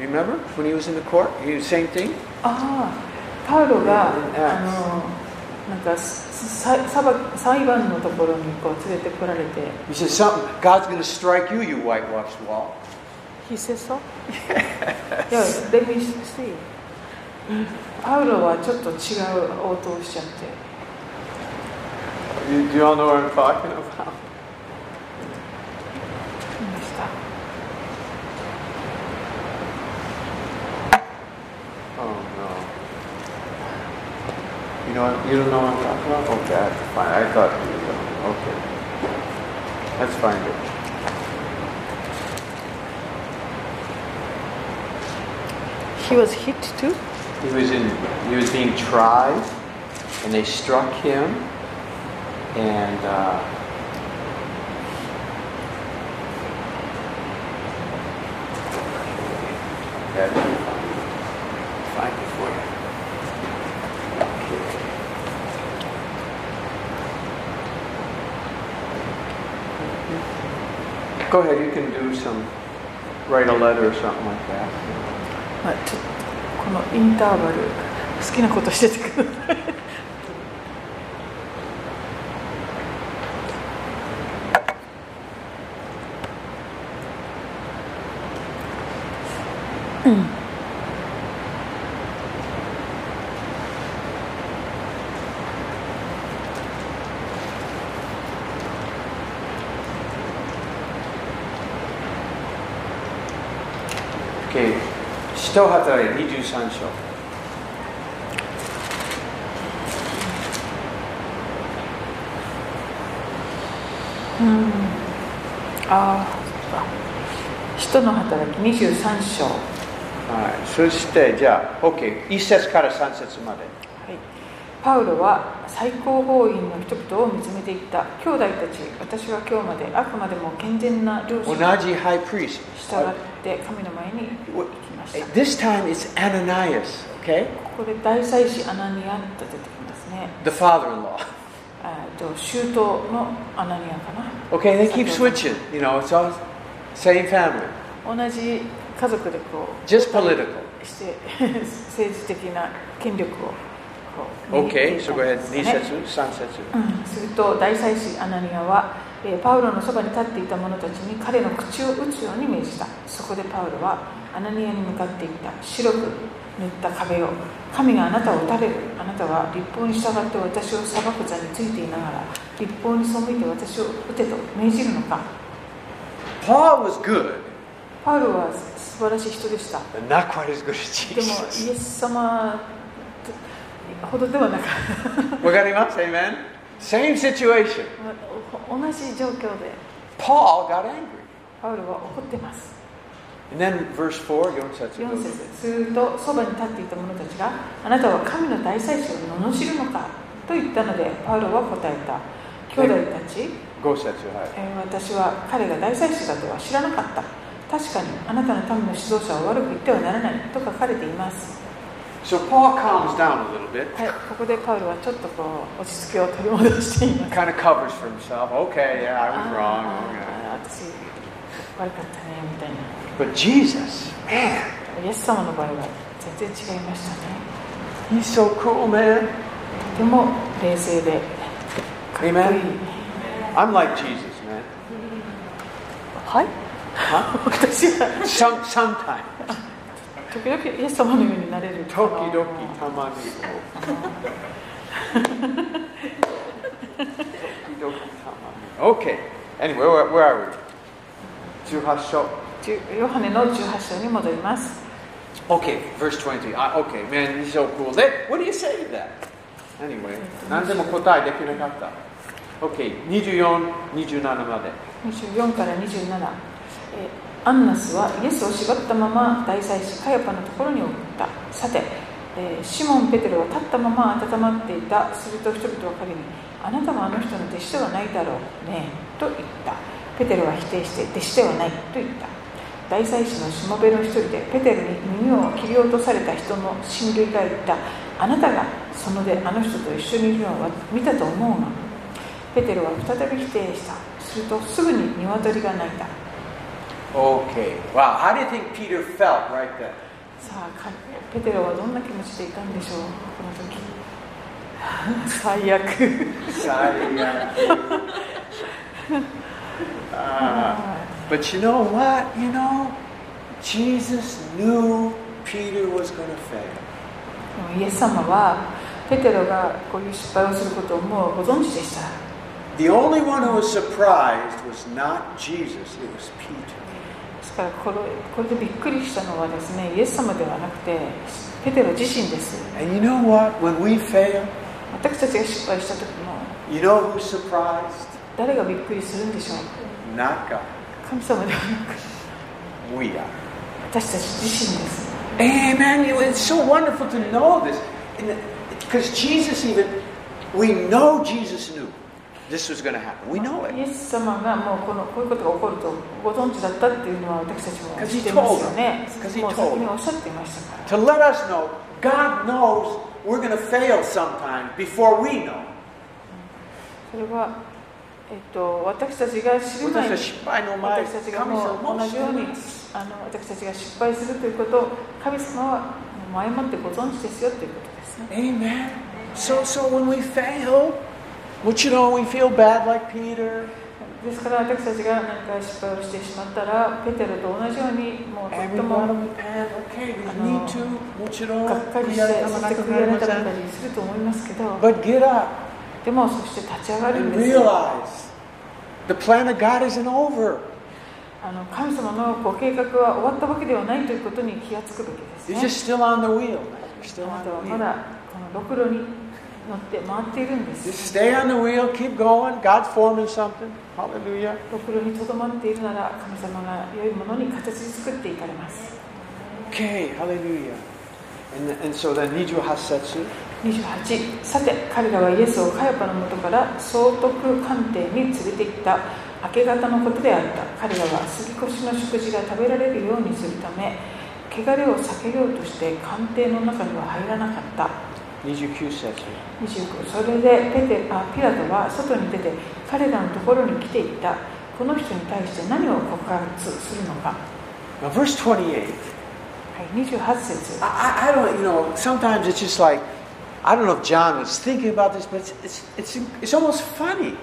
S3: い。Remember when he was in the court? He was same thing?
S2: ああパウロが、
S3: うん
S2: あのなんかさ裁裁判のところにこう連れてこられて
S3: He said something, God's going to strike you, you whitewashed wall.
S2: He said so? Yes. Yeah, let me see. パウロはちょっと違う応答をしちゃって
S3: You, do you all know what I'm talking about?
S2: いました。
S3: Oh no. You know, what- you don't know what I'm talking about? Okay, that's Oh, fine. I thought you were gonna- Okay. Let's find it.
S2: He was hit too?
S3: He was in. He was being tried, and they struck him, and. Uh, Find it for you. Okay. Go ahead, you can do some, write a letter or something like that.
S2: まあ、ちょっとこのインターバル、好きなことしててください。
S3: Okay. 使徒働き23章。
S2: ああ、そっか。使徒の働き23章。は
S3: はい、そしてじゃあ、OK、1節から3節まで。
S2: い。パウロは最高法院の人々を見つめていった。兄弟たち、私は今日まであくまでも健全な良心
S3: 同
S2: に
S3: じ high priest。
S2: 従って神の前に行きました。
S3: This time it's Ananias, okay?
S2: これ大祭司アナニアと出てきますね。
S3: The father-in-law.
S2: えっと周東のアナニアか
S3: Okay, they keep switching. You know, it's all same family.
S2: な。同じ家族でこ
S3: Just political.
S2: うして、 政治的な権力をこう。握
S3: Okay,
S2: っていたんです
S3: so
S2: よ
S3: go ahead. 2
S2: ね
S3: 節、3節。
S2: うんすると大祭司アナニアは、えーパウロのそばに立っていた者たちに彼の口を打つように命じたそこでパウロはアナニアに向かっていった白く塗った壁を神があなたを打たれるあなたは立法に従って私を裁く座についていながら立法に背いて私を打てと命じるのか
S3: Paul was good,
S2: パウロは素晴らしい人でした
S3: but not quite as good as
S2: でもイ
S3: Jesus.
S2: エス様ほどではなかった
S3: わかります? Amen? Same situation.
S2: 同じ状況で
S3: Paul got angry.
S2: パウロは怒ってます
S3: And then verse 4, 4節。
S2: 4節するとそばに立っていた者たちがあなたは神の大祭司を罵るのかと言ったのでパウロは答えた兄弟たち、
S3: 5節、はい。
S2: えー私は彼が大祭司だとは知らなかった確かにあなたの民の指導者を悪く言ってはならないと書かれています
S3: So Paul calms down a little bit,
S2: はいここでパウロはちょっとこう落ち着きを取り戻しています
S3: kind of covers for himself. Okay, yeah,
S2: あ
S3: I was
S2: ー
S3: wrong.
S2: あー私悪かったねみたい
S3: okay. But Jesus, man,
S2: なイエス様の場合は全然違いましたね
S3: He's so cool, man.
S2: とても冷静でかっこいい
S3: Amen. I'm like Jesus, man.
S2: はい
S3: Huh?
S2: 私は
S3: Some, sometime.
S2: 時々イエス様のようになれる
S3: Toki doki tamami. Toki doki tamami. Okay. Anyway, where, where are we? 18章.
S2: 十ヨハネの18章に戻ります
S3: Okay, verse 20. I, okay, man, he's so cool. That, what do you say to that? Anyway, 何でも答えできなかった. Okay, 24, 27まで.
S2: 24から27えーアンナスはイエスを縛ったまま大祭司カヤパのところに送ったさて、えーシモン・ペテロは立ったまま温まっていたすると人々は陰にあなたはあの人の弟子ではないだろうねえと言ったペテロは否定して弟子ではないと言った大祭司のしもべの一人でペテロに耳を切り落とされた人の親類が言ったあなたがそのであの人と一緒にいるのは見たと思うがペテロは再び否定したするとすぐに鶏が鳴いた
S3: Okay. Wow. How do you think Peter felt right then?
S2: さあかペテロはどんな気持ちでいたんでしょうこの時 最悪
S3: Ah, but you know what? You know, Jesus knew Peter was going to fail.
S2: でもイエス様はペテロがこういう失敗をすることをもうご存知でした
S3: The only one who was surprised was not Jesus, it was Peter.
S2: ですからこれこれでびっくりしたのはですねイエス様ではなくてペテロ自身です
S3: And you know what? When we fail,
S2: 私たちが失敗した時も
S3: you know who's surprised?
S2: 誰がびっくりするんでしょう
S3: Not God.
S2: 神様ではなく
S3: We are.
S2: 私たち自身です
S3: Amen. You- It's so wonderful to know this. Because Jesus, even, we know Jesus knew this was going to happen. We know it.
S2: イエス様がもうこのこういうことが起こるとご存知だったっていうのは私たちも
S3: Because
S2: 知
S3: he
S2: っていますよね
S3: told them. Because he
S2: もう
S3: told
S2: 先におっしゃっていましたから
S3: to let us know God knows we're going to fail sometime before we know.
S2: それは、えっと、私たちが知る前に私たちがもう同じようにあの私たちが失敗するということを神様はもう前もってご存知ですよということですね
S3: Amen. So, so when we fail, which you know, we feel bad like Peter.
S2: ですから私たちが何か失敗をしてしまったらペテロと同じようにもうとっても
S3: Everyone repent. Okay, we need to. もちろん
S2: がっかりしてそして悔やられたりすると思いますけど
S3: But get up
S2: でもそして立ち上がるん
S3: and
S2: ですよ
S3: realize the plan of God isn't over.
S2: あの神様のご計画は終わったわけではないということに気がつくべきで
S3: You're
S2: すね。
S3: just still on the wheel. You're
S2: あ
S3: still
S2: な
S3: on
S2: たは
S3: the
S2: ま
S3: wheel.
S2: だこのろくろに乗って回っているんで
S3: Just
S2: す。
S3: stay on the wheel, keep going. God's forming something. Hallelujah.
S2: ろくろにとどまっているなら神様が良いものに形作っていかれます。
S3: Okay, hallelujah. And, and so then Niju Hasetsu.
S2: 28さて彼らはイエスをカヤパの元から総督官邸に連れて行った明け方のことであった彼らは杉越の食事が食べられるようにするため汚れを避けようとして官邸の中には入らなかった
S3: Niju Kyusetsu.
S2: 29それでペテあピラトは外に出て彼らのところに来ていったこの人に対して何を告発するのか、は
S3: Now, verse 28.
S2: い、28節
S3: I, I- I don't, you know, sometimes it's just like, I don't know if John was thinking about this, but it's, it's, it's, it's almost funny.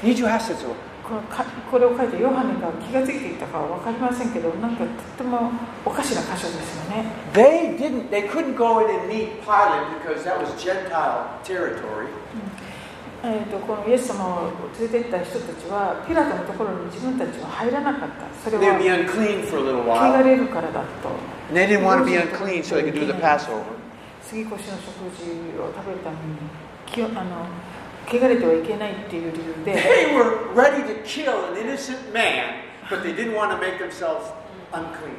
S3: Niju Hasetsu.
S2: このかこれを書いてヨハネが気がついていたかは分かりませんけどなんかとってもおかしな箇所ですよね
S3: They didn't, they couldn't go in and meet Pilate because that was Gentile territory.
S2: えー、とこのイエス様を連れて行った人たちはピラトのところに自分たちは入らなかったそれ
S3: They'd be
S2: は
S3: unclean for a little
S2: 汚
S3: while.
S2: れるからだと
S3: And they didn't want to be unclean so they could do the Passover.
S2: 杉越の食事を食べるためにきあの汚れてはいけないっていう理由で
S3: They were ready to kill an innocent man, but they didn't want to make themselves unclean.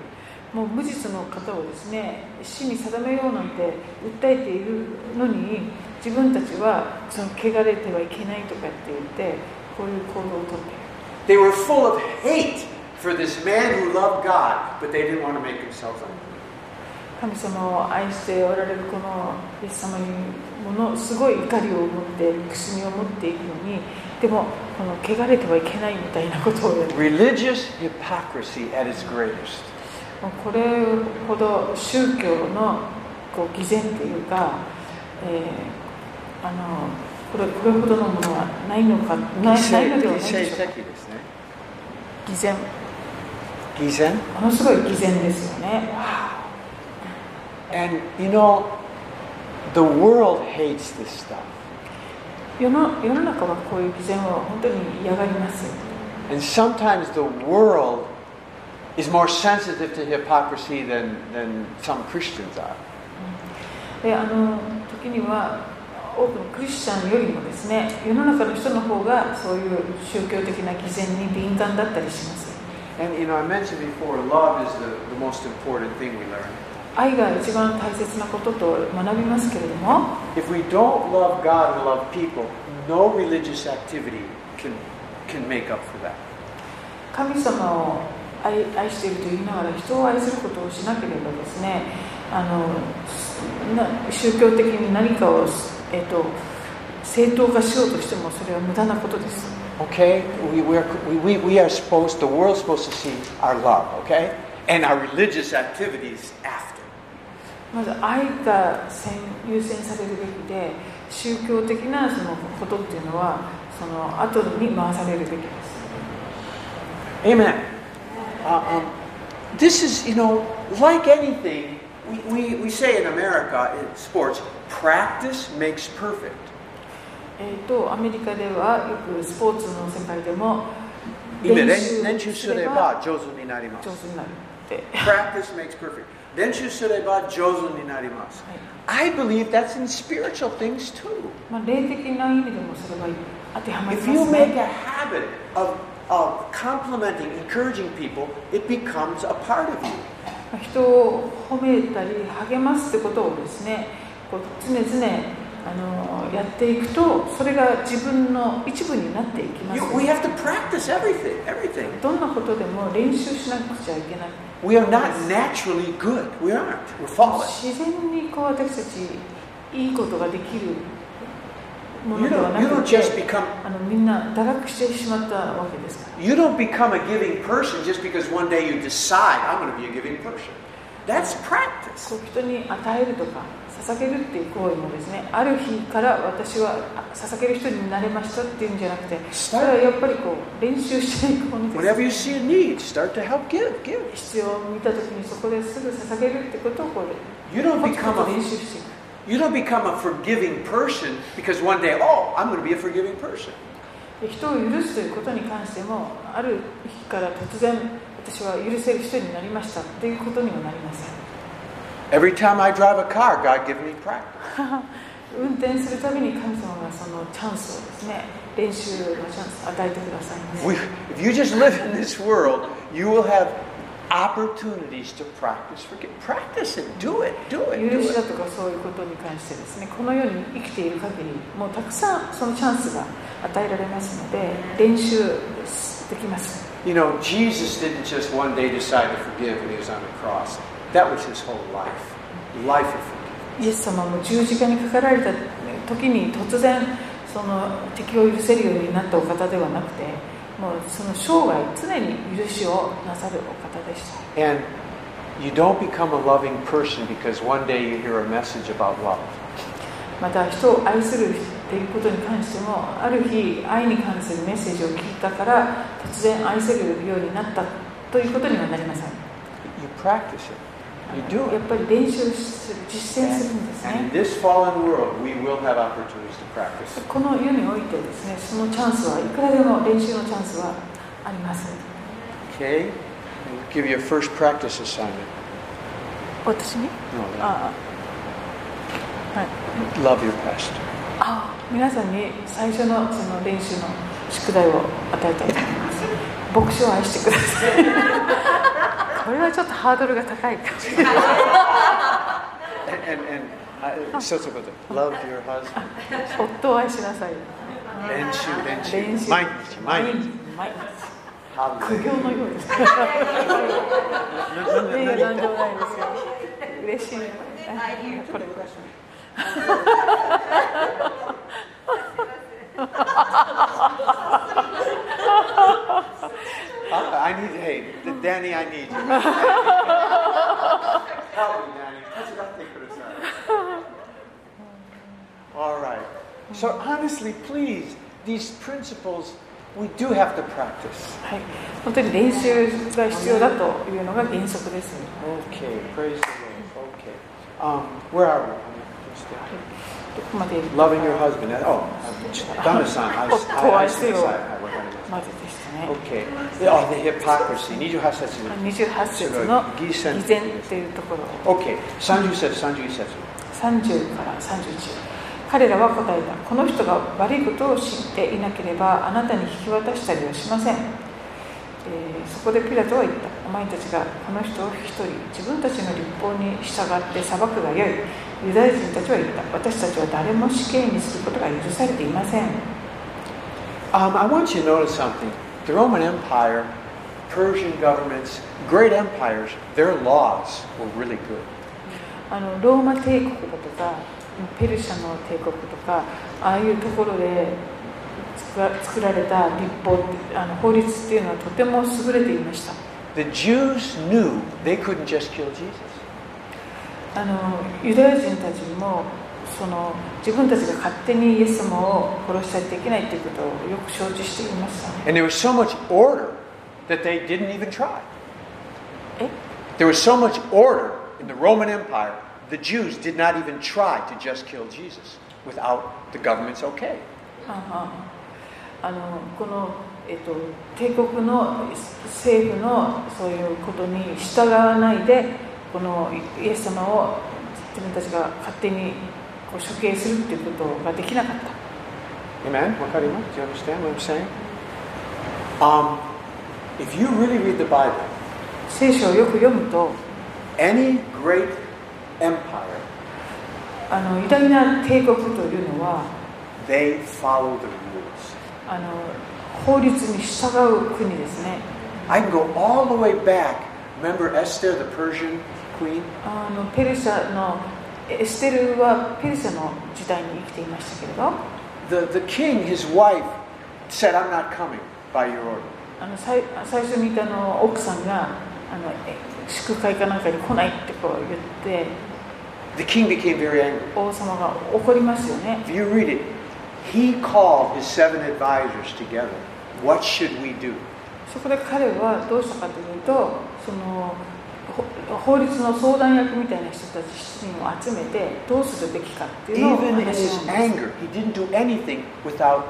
S2: もう無実の方をですね死に定めようなんて訴えているのに自分たちはその汚れてはいけないとかって言ってこういう行動をとっている
S3: They were full of hate for this man who loved God, but they didn't want to make themselves unclean.
S2: 神様を愛しておられるこのイエス様にものすごい怒りを持って苦しみを持っているのにでもこの汚れてはいけないみたいなことをやる
S3: Religious hypocrisy at its greatest.
S2: こもうこれほど宗教のこう偽善っていうか、えーあのこれこれほどのものはないのかな
S3: 犠
S2: ないのではない
S3: 牲
S2: でしょうか
S3: ですね。
S2: 偽善
S3: 偽善
S2: ものすごい偽善ですよね
S3: And you know, the world hates this stuff.
S2: 世の世の中はこういう偽善を本当に嫌がりますよ
S3: And sometimes the world is more sensitive to hypocrisy than, than some Christians are.
S2: であの時には多くのクリスチャンよりもですね世の中の人の方がそういう宗教的な偽善に敏感だったりします
S3: And you know, I mentioned before, love is the, the most important thing we learn.
S2: 愛が一番大切なことと学びますけれども
S3: If we don't love God and love people, no religious activity can, can make up for that.
S2: 神様を愛愛していると言いながら人を愛することをしなければですねあのな宗教的に何かを、えっと正当化しようとしてもそれは無駄なことです
S3: Okay? We, we're, we, we, we are supposed, the world's supposed to see our love, okay? And our religious activities after.
S2: まず愛が先優先されるべきで宗教的なそのことっていうのはその後に回されるべきです
S3: Amen. Uh, um, this is, you know, like anything, we, we, we say in America, in sports, practice makes perfect.
S2: えー、とアメリカではよくスポーツの世界でも上手になるって、はい、
S3: practice makes perfect. 練習すれば上手になります。I believe that's in spiritual things too.
S2: まあ、霊的な意味でもそれが当てはまり
S3: If
S2: ま
S3: you
S2: す
S3: make
S2: ね
S3: a habit of, of complimenting, encouraging people, it becomes a part of you.
S2: まあ人を褒めたり励ますってことをですねこう常々あのやっていくとそれが自分の一部になっていきます
S3: you we have to practice everything, everything.
S2: どんなことでも練習しなくちゃいけない
S3: We are not naturally good. We aren't. We're fallen.
S2: 自然にこう私たちいいことができるも
S3: You
S2: のでは
S3: don't, you
S2: な
S3: don't
S2: くて
S3: just become
S2: あのみんな堕落してしまったわけですから
S3: you don't become a giving person just because one day you decide I'm going to be a giving person. That's practice.
S2: こう人に与えるとか捧げるっていう行為もですねある日から私はあ捧げる人になれましたっていうんじゃなくてそれはやっぱりこう練習していくもので
S3: Whenever
S2: す
S3: you see a need, start to help give, give.
S2: 必要を見た時にそこですぐ捧げるってことをこう
S3: You don't
S2: コツコ
S3: become
S2: ツ練
S3: a
S2: 習していく
S3: you don't become a forgiving person because one day, oh, I'm going to be a forgiving person.
S2: で人を許すということに関してもある日から突然私は許せる人になりましたっていうことにはなりません
S3: Every time I drive a car, God gives me practice.
S2: 運転するたびに神様がそのチャンスをですね練習のチャンスを与えてくださいます
S3: We, if you just live in this world, you will have opportunities to practice forgive. Practice it. Do it. Do it.
S2: 許
S3: Do
S2: しだ
S3: it.
S2: とかそういうことに関してですねこの世に生きている限りもうたくさんそのチャンスが与えられますので練習できます
S3: You know, Jesus didn't just one day decide to forgive when he was on the cross. That was his whole life. Life of forgiveness.
S2: イエス様も十字架にかかられた時に突然その敵を許せるようになったお方ではなくてもうその生涯常に許しをなさるお方でした
S3: And you don't become a loving person because one day you hear a message about love.
S2: また人を愛するっていうことに関してもある日愛に関するメッセージを聞いたから突然愛せるようになったということにはなりません
S3: You practice it. You do
S2: や
S3: it.
S2: っぱり練習する実践するんです
S3: And in
S2: ね
S3: this fallen world, we will have opportunities to practice.
S2: この世においてですねそのチャンスはいくらでも練習のチャンスはあります
S3: Okay? I'll give you a first practice assignment.
S2: 私に
S3: No,
S2: ああはい
S3: love your pastor.
S2: あ皆さんに最初のその練習の宿題を与えたいと思います牧師を愛してくださ いこれはちょっとハードルが高いかもしれない
S3: And, and, and I, so it's about that. Love your husband.
S2: 夫を愛しなさい
S3: Benchu,
S2: 練習
S3: benchu. Mind,
S2: 毎
S3: mind.
S2: 日毎日苦
S3: Hallelujah.
S2: 行のようです名誉なんじゃないですよ嬉しいこれ
S3: Uh, I I need, hey, Danny, I need you. Help me, Danny. Touch it up, take it aside. All right. So honestly, please, these principles we do have to practice.
S2: はい、本当に練習が必要だというのが原則です。
S3: Okay, praise the Lord. Okay. Um, where are we? Just, uh,
S2: どこまで
S3: Loving your husband. That- Oh, Donna-san. I, I, Oh, I, I see the side. I went right
S2: まずでしたね
S3: there.。Okay. Oh, the hypocrisy. 28節
S2: 28節の偽善というところ
S3: Okay. 30節、31節。
S2: 30から31彼らは答えたこの人が悪いことを知っていなければあなたに引き渡したりはしません、えーそこでピラトは言ったお前たちがこの人を引き取り自分たちの立法に従って裁くがよいユダヤ人たちは言った私たちは誰も死刑にすることが許されていません
S3: Um, I want you to notice something. The Roman Empire, Persian governments, great empires, their laws were really good.
S2: あのローマ帝国とかペルシャの帝国とかああいうところで作ら作られた立法ってあの法律っていうのはとても優れていました
S3: The Jews knew they couldn't just kill Jesus.
S2: あのユダヤ人たちもその自分たちが勝手にイエス様を殺しちゃいけないっていうことをよく承知していましたね
S3: And there was so much order that they didn't even try.
S2: え
S3: There was so much order in the Roman Empire, the Jews did not even try to just kill Jesus without the government's okay.
S2: あああのこの、えっと、帝国の政府のそういうことに従わないでこのイエス様を自分たちが勝手にこう処刑するっていうことができなかった
S3: Amen? Wakarima, Do you understand what I'm saying? Um, if you really read the Bible,
S2: 聖書をよく読むと
S3: any great empire,
S2: あの偉大な帝国というのは
S3: they follow the rules.
S2: あの法律に従う国ですね
S3: I can go all the way back. Remember Esther, the Persian queen?
S2: あのペルシャのエステルはペルシャの時代に生きていましたけれど
S3: The, the king, his wife, said, I'm not coming by your order.
S2: あの最最初にいたあの奥さんがあのえ祝会かなんかに来ないってこう言って
S3: The king became very angry.
S2: 王様が怒りますよね
S3: If you read it, he called his seven advisors together. What should we do?
S2: そこで彼はどうしたかというとそのほ法律の相談役みたいな人たち7人を集めてどうするべきかっていうのを
S3: Even in
S2: 話し
S3: his
S2: 合うんです
S3: anger, he didn't do anything without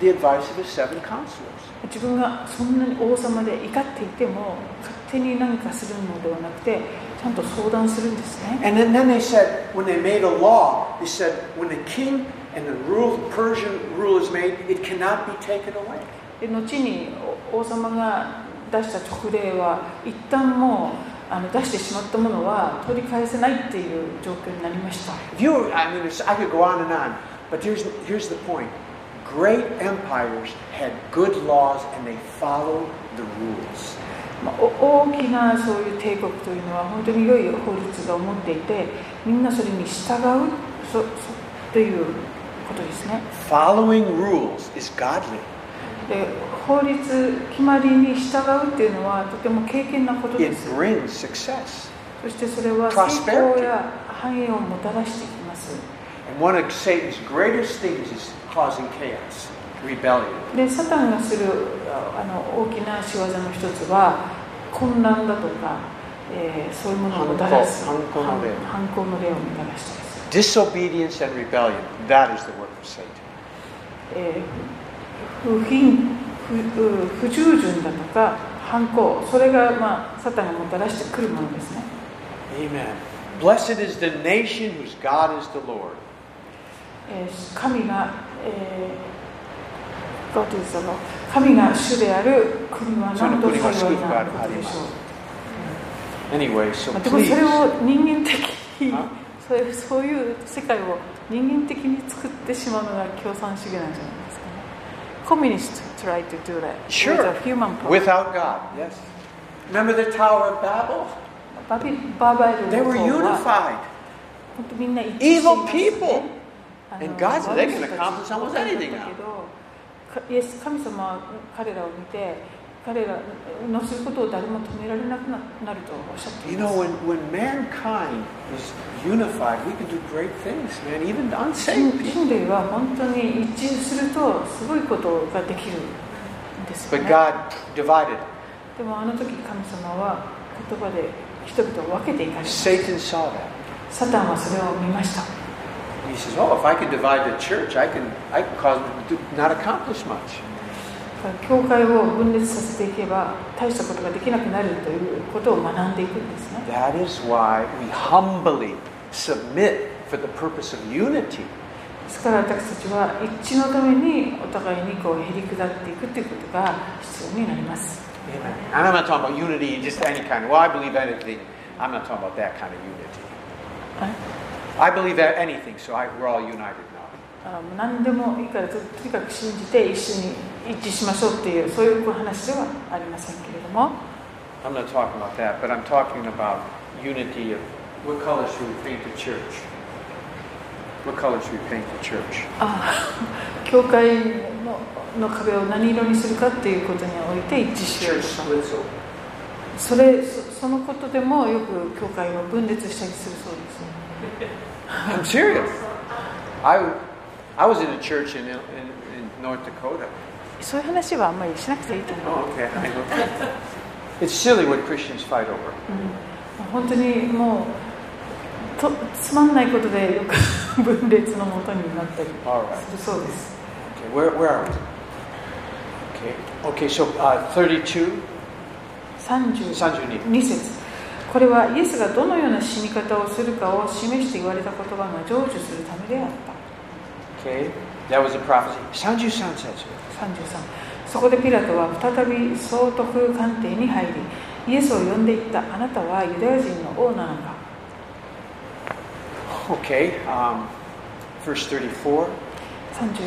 S3: the advice of his seven counselors.
S2: 自分がそんなに王様で怒っていても勝手に何かするのではなくてちゃんと相談するんですね
S3: And then, then they said, when they made a law, they said, when the king and the rule, Persian rule is made, it cannot be taken away.
S2: で後にお王様が出した勅令は一旦もうあの出してしまったものは取り返せないっていう状況になりました
S3: If you, I mean, it's, I could go on and on, but here's, here's the point. Great empires had good laws and they followed the rules.
S2: まあお大きなそういう帝国というのは本当に良い法律が思っていてみんなそれに従うそそということですね
S3: Following rules is godly.
S2: で法律決まりに従うっていうのはとても経験なことで
S3: It
S2: す
S3: brings success.
S2: そしてそれは
S3: Prosperity
S2: 成功や繁栄をもたらしていきます
S3: And one of Satan's greatest things is causing chaos, rebellion.
S2: でサタンがするああの大きな仕業の一つは混乱だとか、えーそういうものをもたらす
S3: 反抗の例
S2: 反抗の例をもたらしたりする、
S3: Disobedience and rebellion, that is the work of Satan.
S2: えー不品不不不従順だとか反抗それが、まあ、サタンがもたらしてくるものですね
S3: Amen. Blessed is the nation whose God is the Lord.
S2: えー神が、えー God is the Lord 神が主である国は何と幸いなことでしょう
S3: Anyway, so
S2: まあでも
S3: please.
S2: それを人間的に
S3: あ
S2: そういうそういう世界を人間的に作ってしまうのが共産主義なんじゃないですかね。コミュニスト try to do that
S3: Sure.
S2: with a human power.
S3: Without God, yes. Remember the Tower of Babel?
S2: バビバーバイル
S3: They
S2: の方
S3: were
S2: は
S3: unified.
S2: 本当みんな一致してい
S3: Evil
S2: ますね
S3: people.
S2: あの
S3: And God said
S2: 悪
S3: they can
S2: い人たち
S3: accomplish almost anything now.
S2: だけどかイエス神様は彼らを見て彼らのすることを誰も止められなくななるとおっしゃってい
S3: You
S2: ま
S3: know,
S2: す。
S3: when, when mankind is unified, we can do great things, man, even the unsaved people.
S2: 人類は本当に一致するとすごいことができるんですよ
S3: But
S2: ね。
S3: God divided.
S2: でもあの時神様は言葉で人々を分けていかれた。
S3: Satan saw that.
S2: サタンはそれを見ました。
S3: He says, Oh, if I could divide the church, I can, I can cause them to do- not accomplish much.
S2: 教会を分裂させていけば大したことができなくなるということを学んでいくんですね。
S3: That is why we humbly submit for the purpose of unity.
S2: ですから私たちは一致のためにお互いにこうへり下っていくということが必要になります。
S3: Amen. And I'm not talking about unity in just any kind. Well, I believe anything. I'm not talking about that kind of unity.
S2: はい
S3: I believe that anything, so I, we're all united now.
S2: あもう何でもいいからととにかく信じて一緒に一致しましょうっていうそういう話ではありませんけれども
S3: I'm not talking about that, but I'm talking about unity of what color should we paint the church? What color should we paint the church?
S2: あ あ教会のの壁を何色にするかっていうことにおいて一致しよう
S3: Church
S2: とか
S3: splits over.
S2: それそそのことでもよく教会を分裂したりするそうですね
S3: I'm serious. I, I was in a church in, Il- in, in North Dakota.
S2: そういう話はあんまりしなくていいと思う、
S3: Oh, okay. I know. It's silly what Christians fight over.
S2: うん、本当にもうとつまんないことでよく 分裂のもとになったり
S3: All right.
S2: するそうです
S3: Okay, where, where are we? Okay. Okay, so uh, 32,
S2: 30
S3: 32.
S2: 2節これはイエスがどのような死に方をするかを示して言われた言葉が成就するためであった
S3: Okay. That was a prophecy. Sounds you sound sensitive.
S2: 33そこでピラトは再び総督官邸に入りイエスを呼んでいったあなたはユダヤ人の王なのか
S3: Okay. Um, verse 34.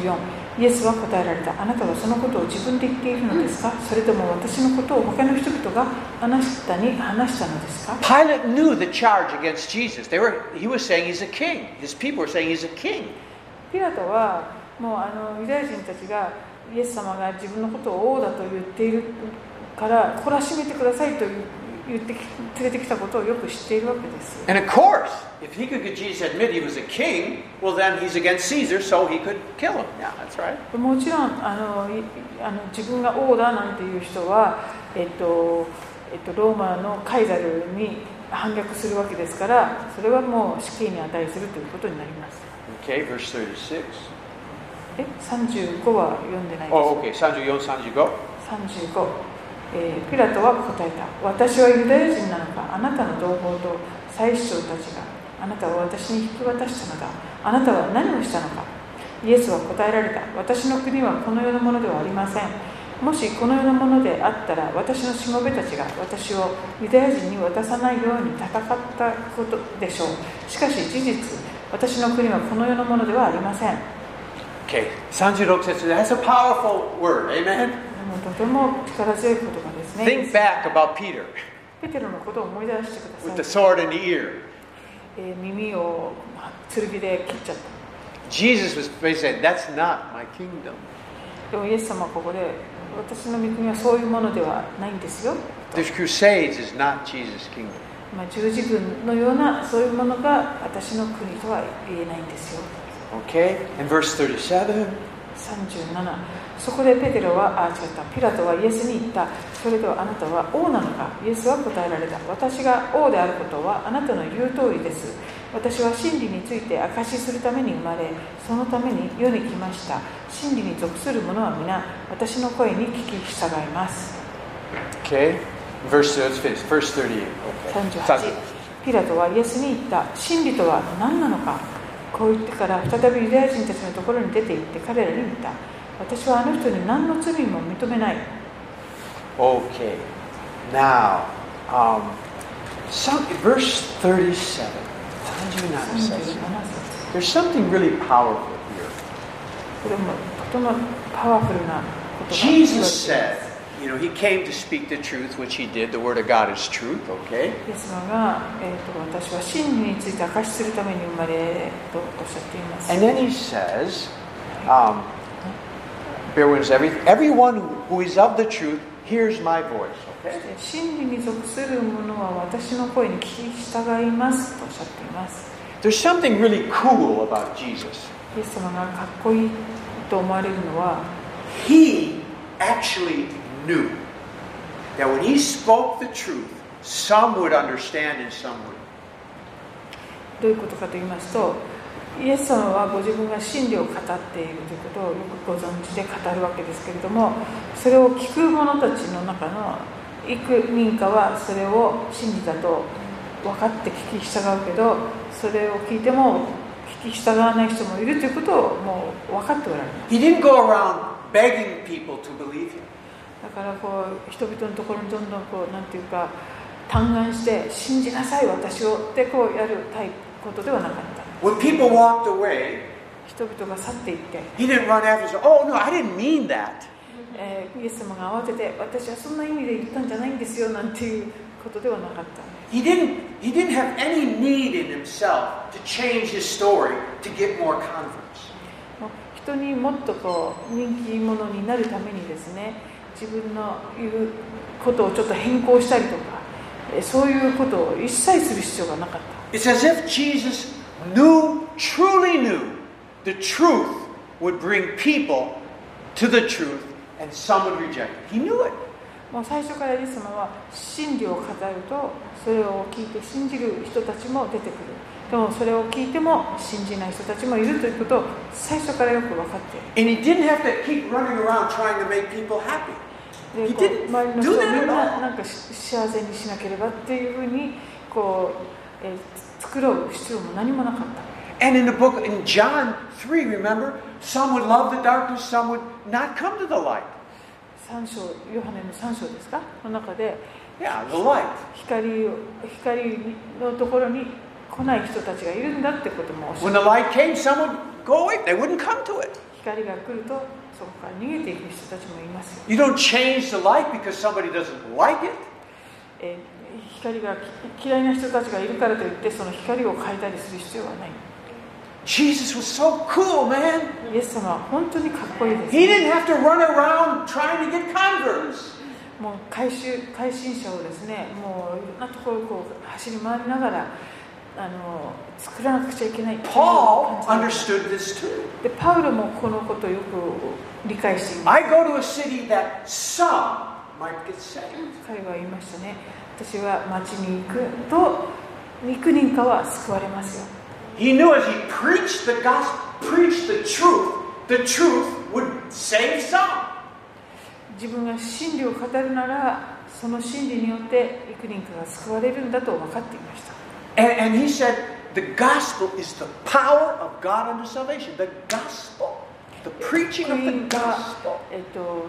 S2: 34イエスは答えられたあなたはそのことを自分で言っているのですかそれとも私のことを他の人々があなたに話したのですか
S3: Pilate knew the charge against Jesus. They were, he was saying he's a king. His people were saying he's a king.
S2: ピラトはもうあのユダヤ人たちがイエス様が自分のことを王だと言っているから懲らしめてくださいと言ってき連れてきたことをよく知っているわけです。
S3: And of course, if he could get Jesus to admit he was a king, well, then he's against Caesar, so he could kill him. Yeah, that's right.
S2: もちろんあのいあの自分が王だなんていう人は、えっとえっと、ローマのカイザルに反逆するわけですからそれはもう死刑に値するということになります。
S3: Okay, verse 36.
S2: え35は読んでないです。
S3: Oh, okay. Sanju Yon Sanju go.
S2: 35、えーピラトは答えた私はユダヤ人なのかあなたの同胞と祭司長たちがあなたを私に引き渡したのだあなたは何をしたのかイエスは答えられた私の国はこの世のものではありませんもしこの世のものであったら私のしもべたちが私をユダヤ人に渡さないように戦ったことでしょうしかし事実私の国はこの世のものではありません
S3: Okay. Sanju Rok says that's a powerful word. Amen.
S2: もうとても力強い言葉ですね
S3: Think back about Peter
S2: ペテロのことを思い出してく
S3: with
S2: だ
S3: the
S2: さい。
S3: sword in the ear.
S2: えー耳を剣で切っちゃった。
S3: Jesus was basically saying, That's not my kingdom.
S2: でもイエス様はここで、私の御国はそういうものではないんですよ。
S3: The Crusades is not Jesus' kingdom.
S2: まあ、十字軍のようなそういうものが私の国とは言えないんですよ。
S3: Okay? And verse 37.
S2: 37そこでペテロはあ違ったピラトはイエスに言ったそれではあなたは王なのかイエスは答えられた私が王であることはあなたの言う通りです私は真理について証しするために生まれそのために世に来ました真理に属する者は皆私の声に聞き従います
S3: Okay? Verse, let's finish. Verse 38. Okay.
S2: 38ピラトはイエスに言った真理とは何なのかこう言ってから再びユダヤ人たちのところに出て行って彼らに言った私はあの人に何の罪も認めない
S3: Okay. Now, um, some, verse 37. Did you
S2: 37
S3: notice that?
S2: 節
S3: There's something really powerful here.
S2: これもとてもパワフルなことが
S3: Jesus said, you know, he came to speak the truth, which he did. The word of God is truth, okay?
S2: イエス様が、えーと私は真理について証しするために生まれとおっしゃっています
S3: And then he says, um, bear witness every, everyone who is of the truth, hears my voice,
S2: そ
S3: okay?
S2: して真理に属する者は私の声に聞き従いますとおっしゃっています
S3: There's something really cool about Jesus.
S2: イエス様がかっこいいと思われるのは
S3: He actually knew that when he spoke the truth, some would understand and some would.
S2: どういうことかと言いますとイエス様はご自分が真理を語っているということをよくご存知で語るわけですけれどもそれを聞く者たちの中の幾人かはそれを真理だと分かって聞き従うけどそれを聞いても聞き従わない人もいるということをもう分かっておられます
S3: He didn't go around begging people to believe him.
S2: だからこう人々のところにどんどんこうなんていうか嘆願して「信じなさい私を」ってこうやるタイプことではなかった
S3: When people walked away,
S2: 人々が去っていって、
S3: he didn't run after them. Oh no, I didn't mean that.
S2: えーイエス様が慌てて「私はそんな意味で言ったんじゃないんですよ」なんていうことではなかった
S3: He didn't. He didn't have any need in himself to change his story to get more converts.
S2: もう人にもっとこう人気者になるためにですね自分の言うことをちょっと変更したりとかえーそういうことを一切する必要がなかった
S3: It's as if Jesus knew, truly knew, the truth would bring people to the truth, and some would reject it. He knew it.
S2: もう最初からイエス様は真理を語るとそれを聞いて信じる人たちも出てくるでもそれを聞いても信じない人たちもいるということを最初からよく分かってい
S3: And he didn't have to keep running around trying to make people happy.
S2: るで
S3: He
S2: こう
S3: didn't
S2: 周りの人を
S3: do that
S2: みん
S3: at
S2: な
S3: all.
S2: なんかし幸せにしなければっていうふうにこう、えー作ろう必要も何もなかった
S3: And in the book, in John 3, remember, some would love the darkness, some would not come to the light.
S2: 三章ヨハネの3章ですかの中で
S3: Yeah, the light.
S2: 光を光のところに来ない人たちがいるんだってこともおっしゃって
S3: When the light came, some would go away. They wouldn't come to it.
S2: 光が来るとそこから逃げていく人たちもいますよ、
S3: You don't change the light because somebody doesn't like it.
S2: えー光がき嫌いな人たちがいるからといってその光を変えたりする必要はない
S3: Jesus was so cool, man.
S2: イエス様は本当にかっこいいです、
S3: He didn't have to run around trying to get converts.
S2: もう回収改心者をですねもういろんなところをこう走り回りながらあの作らなくちゃいけない
S3: Paul
S2: 感じ
S3: understood this too.
S2: でパウロもこのことをよく理解しています
S3: I go to a city that some might get saved.
S2: 彼は言いましたね私は町に行くと幾人かは救われますよ
S3: He knew as he preached the gospel, preached the truth, the truth would save some.
S2: 自分が真理を語るならその真理によって幾人かが救われるんだと分かっていました
S3: And, and he said, the gospel is the power of God unto salvation. The gospel. The preaching of
S2: 福
S3: the
S2: 音が、
S3: gospel.
S2: えっと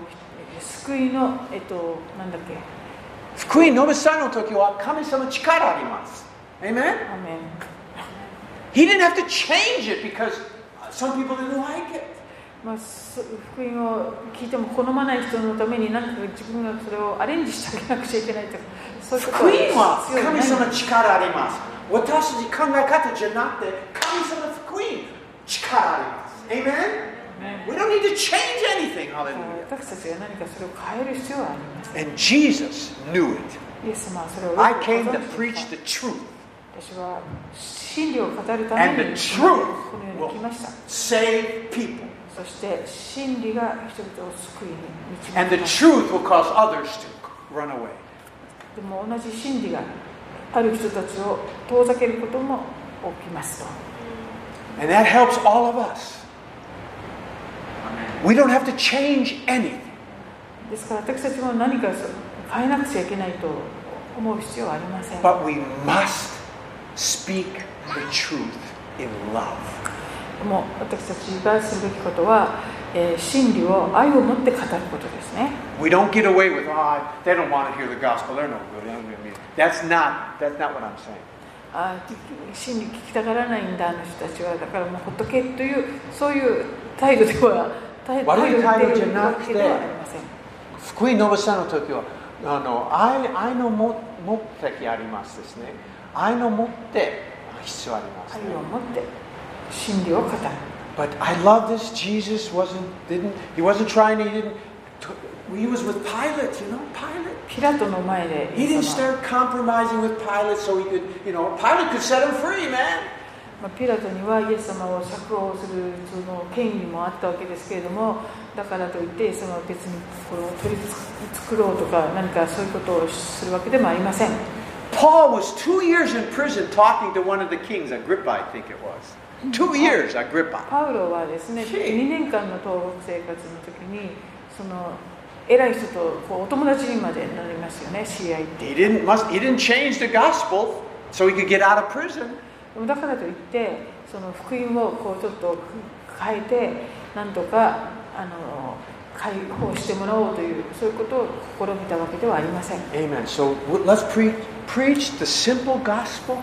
S2: 救いのえっとなんだっけ
S3: 福音の伝えの時は神様力あります。Amen?
S2: アーメン
S3: He didn't have to change it because some people didn't like it.
S2: まあ、そ福音を聞いても好まない人のためになんか自分がそれをアレンジしてあげなくちゃいけないとかそういうこと必要ない
S3: 福音は神様力あります。私たち考え方じゃなくて神様福音力あります。Amen? We don't need to change anything.
S2: だから
S3: Hallelujah.
S2: 私たちが何かそれを変える必要はあります
S3: And Jesus knew it.
S2: イエス様はそれをよく
S3: I
S2: ご
S3: came
S2: 存
S3: to
S2: 知で
S3: preach
S2: した
S3: the truth.
S2: 私は真理を語るた
S3: And
S2: めに
S3: the
S2: この世
S3: truth
S2: に来
S3: will
S2: ました
S3: save people.
S2: そして真理が人々を救いに導き
S3: And the
S2: ます
S3: truth will cause others to run away.
S2: でも同じ真理がある人たちを遠ざけることも起きますと
S3: And that helps all of us.
S4: アメン
S3: We don't have to change anything.
S2: ですから私たちも何かそう変えなくちゃいけないと思う必要はありません
S3: But we must speak the truth in love.
S2: もう私たちがするべきことは、えー真理を愛を持って語ることですね
S3: We don't get away with, ah, they don't want to hear the gospel. They're no good. They don't need me." That's not, that's not what I'm saying.
S2: あー真理聞きたがらないんだあの人たちはだからもうほっとけというそういう態度では態度
S3: 悪い態度じゃな
S2: わ
S3: くて
S2: けではありません愛を持って
S3: 福音の目線の時はあの愛,愛の目的ありますですね愛の持って必要ありますね
S2: 真理を語る
S3: But I love this. Jesus wasn't didn't he wasn't trying to he didn't t- he was with Pilate, you know, Pilate.
S2: ピラトの前でイ
S3: He
S2: エ
S3: didn't
S2: ス様
S3: start compromising with Pilate so he could, you know, Pilate could set him free, man.
S2: まあピラトにはイエス様を釈放するその権利もあったわけですけれどもだからといってイエス様は別にこれを取り繕ろうとか何かそういうことをするわけでもありません
S3: Paul was two years in prison talking to one of the kings, Agrippa, I think it was. Two years, Agrippa.
S2: パウロはですね
S3: し
S2: 2年間の東北生活の時にその偉い人とこうお友達にまでなりますよね知り合いって
S3: He didn't, must, he didn't change the gospel so he could get out of prison.
S2: でもだからといってその福音をこうちょっと変えてなんとかあの解放してもらおうというそういうことを試みたわけではありません
S3: Amen. So w- let's pre- preach the simple gospel.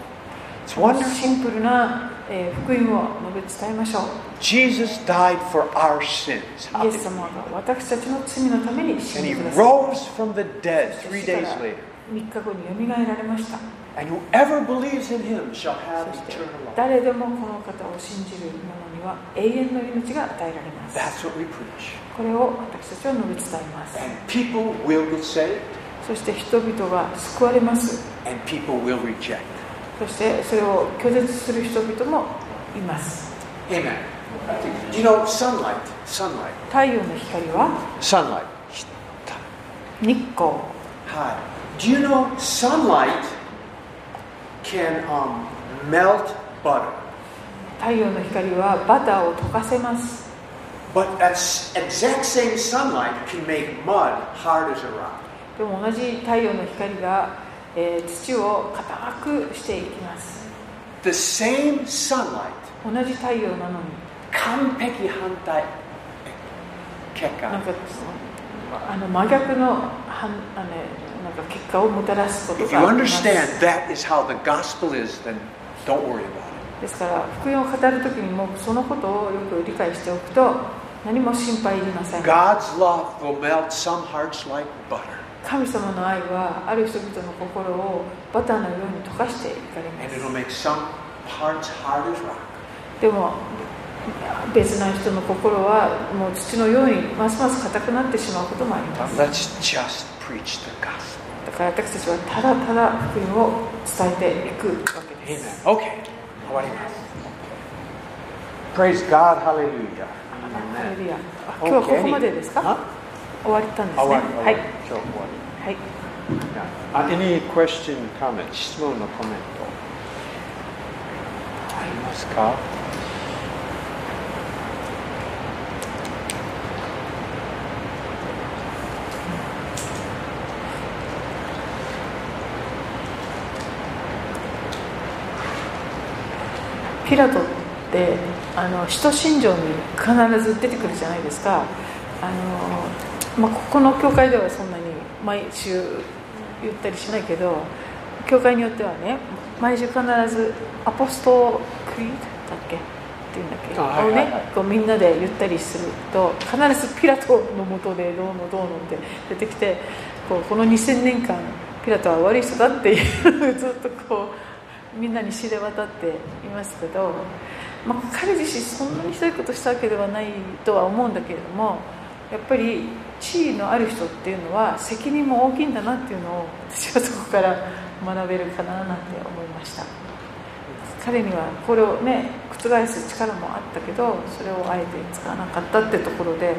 S3: It's
S2: シ
S3: wonderful.
S2: ンプルな、えー福音を述べ伝えましょう
S3: Jesus died for our sins.
S2: イエス様が私たちの罪のために死
S3: And
S2: ん
S3: he
S2: でください
S3: rose from the dead three
S2: そして
S3: days later.
S2: 3日後によみがえられました
S3: And whoever believes in him shall
S2: そ
S3: have
S2: して
S3: eternal life.
S2: 誰でもこの方を信じる者には永遠の命が与えられます
S3: That's what we preach.
S2: これを私たちは述べ伝えます
S3: And people will get saved,
S2: そして人々が救われます
S3: and people will reject.
S2: そしてそれを拒絶する人々もいます
S3: Amen. You know, sunlight, sunlight,
S2: 太陽の光は
S3: sunlight.
S2: 日光
S3: Hi. Do you know sunlight can um, melt butter?
S2: 太陽の光はバターを溶かせます
S3: But that s- exact same sunlight can make mud hard as a rock.
S2: でも同じ太陽の光が、えー土を硬くしていきます
S3: The same sunlight,
S2: 同じ太陽なのに
S3: kanpeki hantai
S2: なん
S3: keka.
S2: かあの真逆のはんあのなんか結果をもたらすこと
S3: If
S2: が
S3: you
S2: あります
S3: understand that is how the gospel is, then don't worry about it.
S2: ですから福音を語る時にもそのことをよく理解しておくと何も心配いりません
S3: God's love will melt some hearts like butter,
S2: 神様の愛はある人々の心をバターのように溶かしていかれま
S3: and it'll
S2: す
S3: make some hearts hard as rock.
S2: でも別な人の心はもう土のようにますます硬くなってしまうこともありま
S3: But
S2: す
S3: let's just preach the gospel.
S2: だから私たちはただただ福音を伝えていくわけです
S3: Amen. Okay. How about you? Praise God. Hallelujah.
S2: ハレルヤあ今日はここまでですか、
S3: Huh?
S2: 終わったんですね
S3: All right.
S2: は
S3: All
S2: い
S3: right. So, what?
S2: はい
S3: Yeah. Uh, any question, comment? 質問のコメント。ありますか
S2: ピラトってあの使徒信条に必ず出てくるじゃないですかあの、まあ、ここの教会ではそんなに毎週言ったりしないけど教会によってはね毎週必ずアポストクリードだっけっていうんだっけ
S3: あはい
S2: を
S3: はいはい
S2: ねこうみんなで言ったりすると必ずピラトのもとでどうのどうのって出てきてこうこの2000年間ピラトは悪い人だっていうずっとこうみんなに知れ渡っていますけど、まあ、彼自身そんなにひどいことしたわけではないとは思うんだけれどもやっぱり地位のある人っていうのは責任も大きいんだなっていうのを私はそこから学べるかななんて思いました。彼にはこれをね覆す力もあったけどそれをあえて使わなかったってところで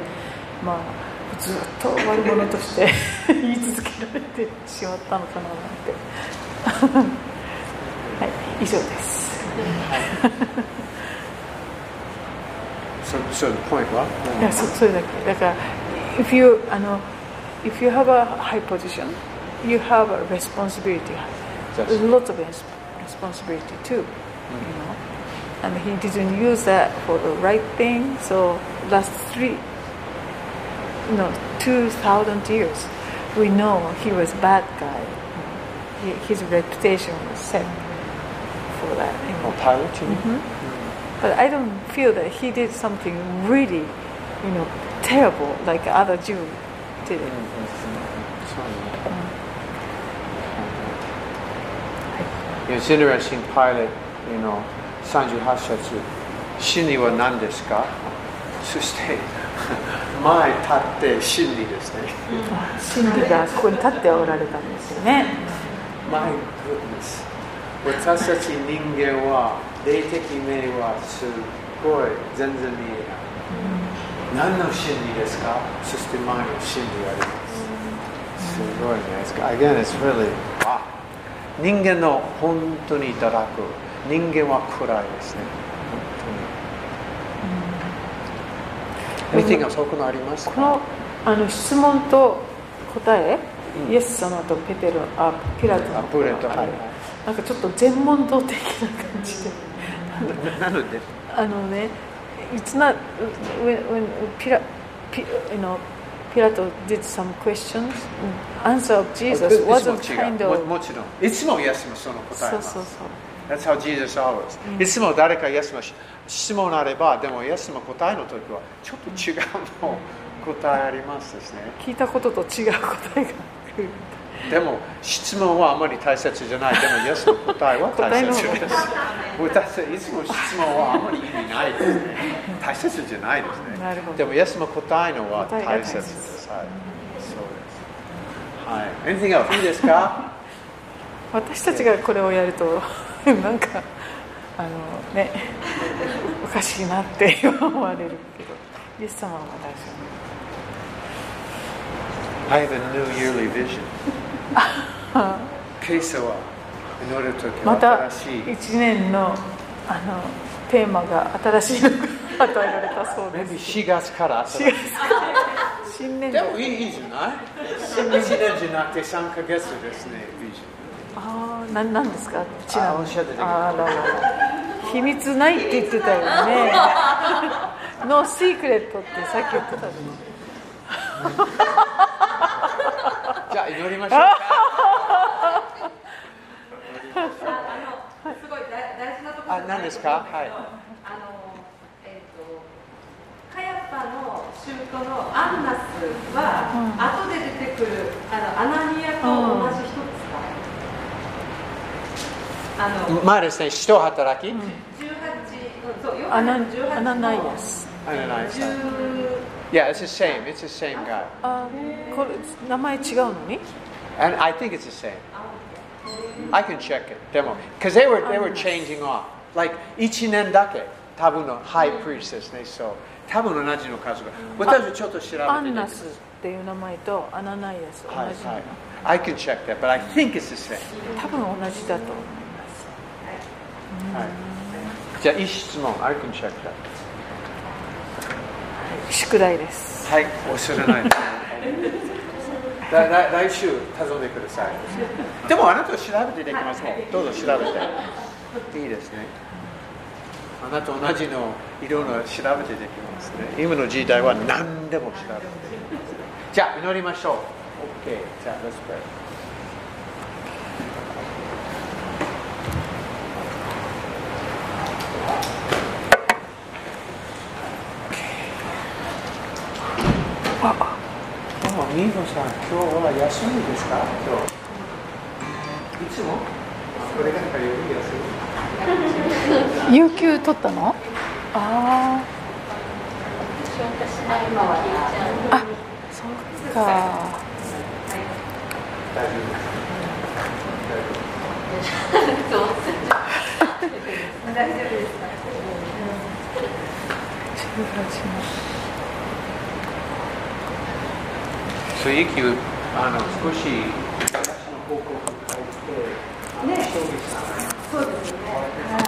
S2: まあずっと悪者として 言い続けられてしまったのかななんてはい以上です、
S3: So, so the point, what?
S2: いやそそれだけだから uh, if you あの if you have a high position you have a responsibility
S3: Yes.
S2: lots of res- responsibility too you know and he didn't use that for the right thing so last three no 2000 years we know he was bad guy he, his reputation was set for that you know.
S3: Oh, Pilate, you mean?
S2: But I don't feel that he did something really, you know, terrible like other Jew did it.
S3: そうね It's interesting, Pilate, you know, 38節。死には何ですかそして 前立って真理ですね
S2: 真理がそこに立っておられたんですよね
S3: My goodness 私たち人間は霊的目はすごい全然見えない、何の真理ですかそして前の真理があります、すごいね It's- Again, it's really wow 人間の本当にいただく人間は暗いですね本当に、Anything else 他のあります
S2: こ
S3: か
S2: の あの質問と答え、
S3: うん
S2: イエス様とペテロあピラトの
S3: あプレートはい
S2: なんかちょっと全問答的な感じで
S3: なので
S2: あのね It's not when, when Pira, P, you know, Pilato did some questions answer of Jesus
S3: いつも
S2: wasn't
S3: 違
S2: kind
S3: う
S2: of
S3: ももちろんいつもイエスもその答え
S2: そ
S3: ま
S2: う
S3: す
S2: そうそう
S3: That's how Jesus always. いつも誰かイエスの質問あれば、でもイエスの答えの時はちょっと違うの答えありますですね。
S2: 聞いたことと違う答えが来る
S3: でも質問はあまり大切じゃない。でもイエスの答えは
S2: 答え
S3: 大切で
S2: の
S3: す。私いつも質問はあまり意味ないですね。大切じゃないで すね。
S2: なるほど
S3: でもイエスの答えのは
S2: 答えが
S3: 大
S2: 大
S3: 切
S2: 切
S3: です。はい。そうです。はい。Anything else? いいですか
S2: 私たちがこれをやると なんかあのね おかしいなって思われるけどイエス様は大丈
S3: I have a new yearly vision. 今朝は祈る時
S2: 夫また
S3: は新しい。
S2: 1年のあのテーマが新しいのが 与えられたそうです
S3: Maybe 4月から新しい
S2: 新年
S3: で
S2: 度
S3: もいいいいじゃない1年じゃなくて3ヶ月ですね、ビジ
S2: ああ何なんですかちな
S3: あおっしゃってたけど
S2: あらら秘密ないって言ってたよね ノーシークレットってさっき言ってたよね
S3: じゃあ祈りましょうか。
S1: あのすごい大大事なところ
S3: あ、何ですかはい。
S1: あのえっ、とカヤッパの舅のアンナスは、後で出てくるあのアナニアと同じ人ですか、あの
S3: まあですね、使徒働き、
S1: 18そうヨ
S2: ア
S1: ハ
S2: ナ
S1: ネ18
S2: アナナイアス
S3: あれないです。
S1: 10
S3: Yeah, it's the same. It's the same guy.
S2: あこれ名前違うのに
S3: And I think it's the same. I can check it. でも、because they were, they were changing off. Like 1年だけ、多分のハイプリスですね。そう。多分同じの数が。私はちょっと調べてみて
S2: アンナスっていう名前とアナナイアス同じ
S3: は
S2: な
S3: い、
S2: の、
S3: はい。I can check that, but I think it's the same.
S2: 多分同じだと思う
S3: はい。じゃあ、いい質問。I can check that.
S2: 宿題です
S3: はい、おっしゃらない ですね。だ来来週、訪ねてください。でも、あなたは調べてできますもん。どうぞ調べて。いいですね。あなたと同じの色の調べてできますね。今の時代は何でも調べてできますね。じゃあ、祈りましょう。OK。じゃあ、Let's pray.
S2: あ
S3: あ、ミーゴさん、今日は休みですか今日。いつもこれなんかより休み。
S2: 有給取ったのああそっか
S3: 大丈夫です。So you keep on a squishy.
S1: そうですねはい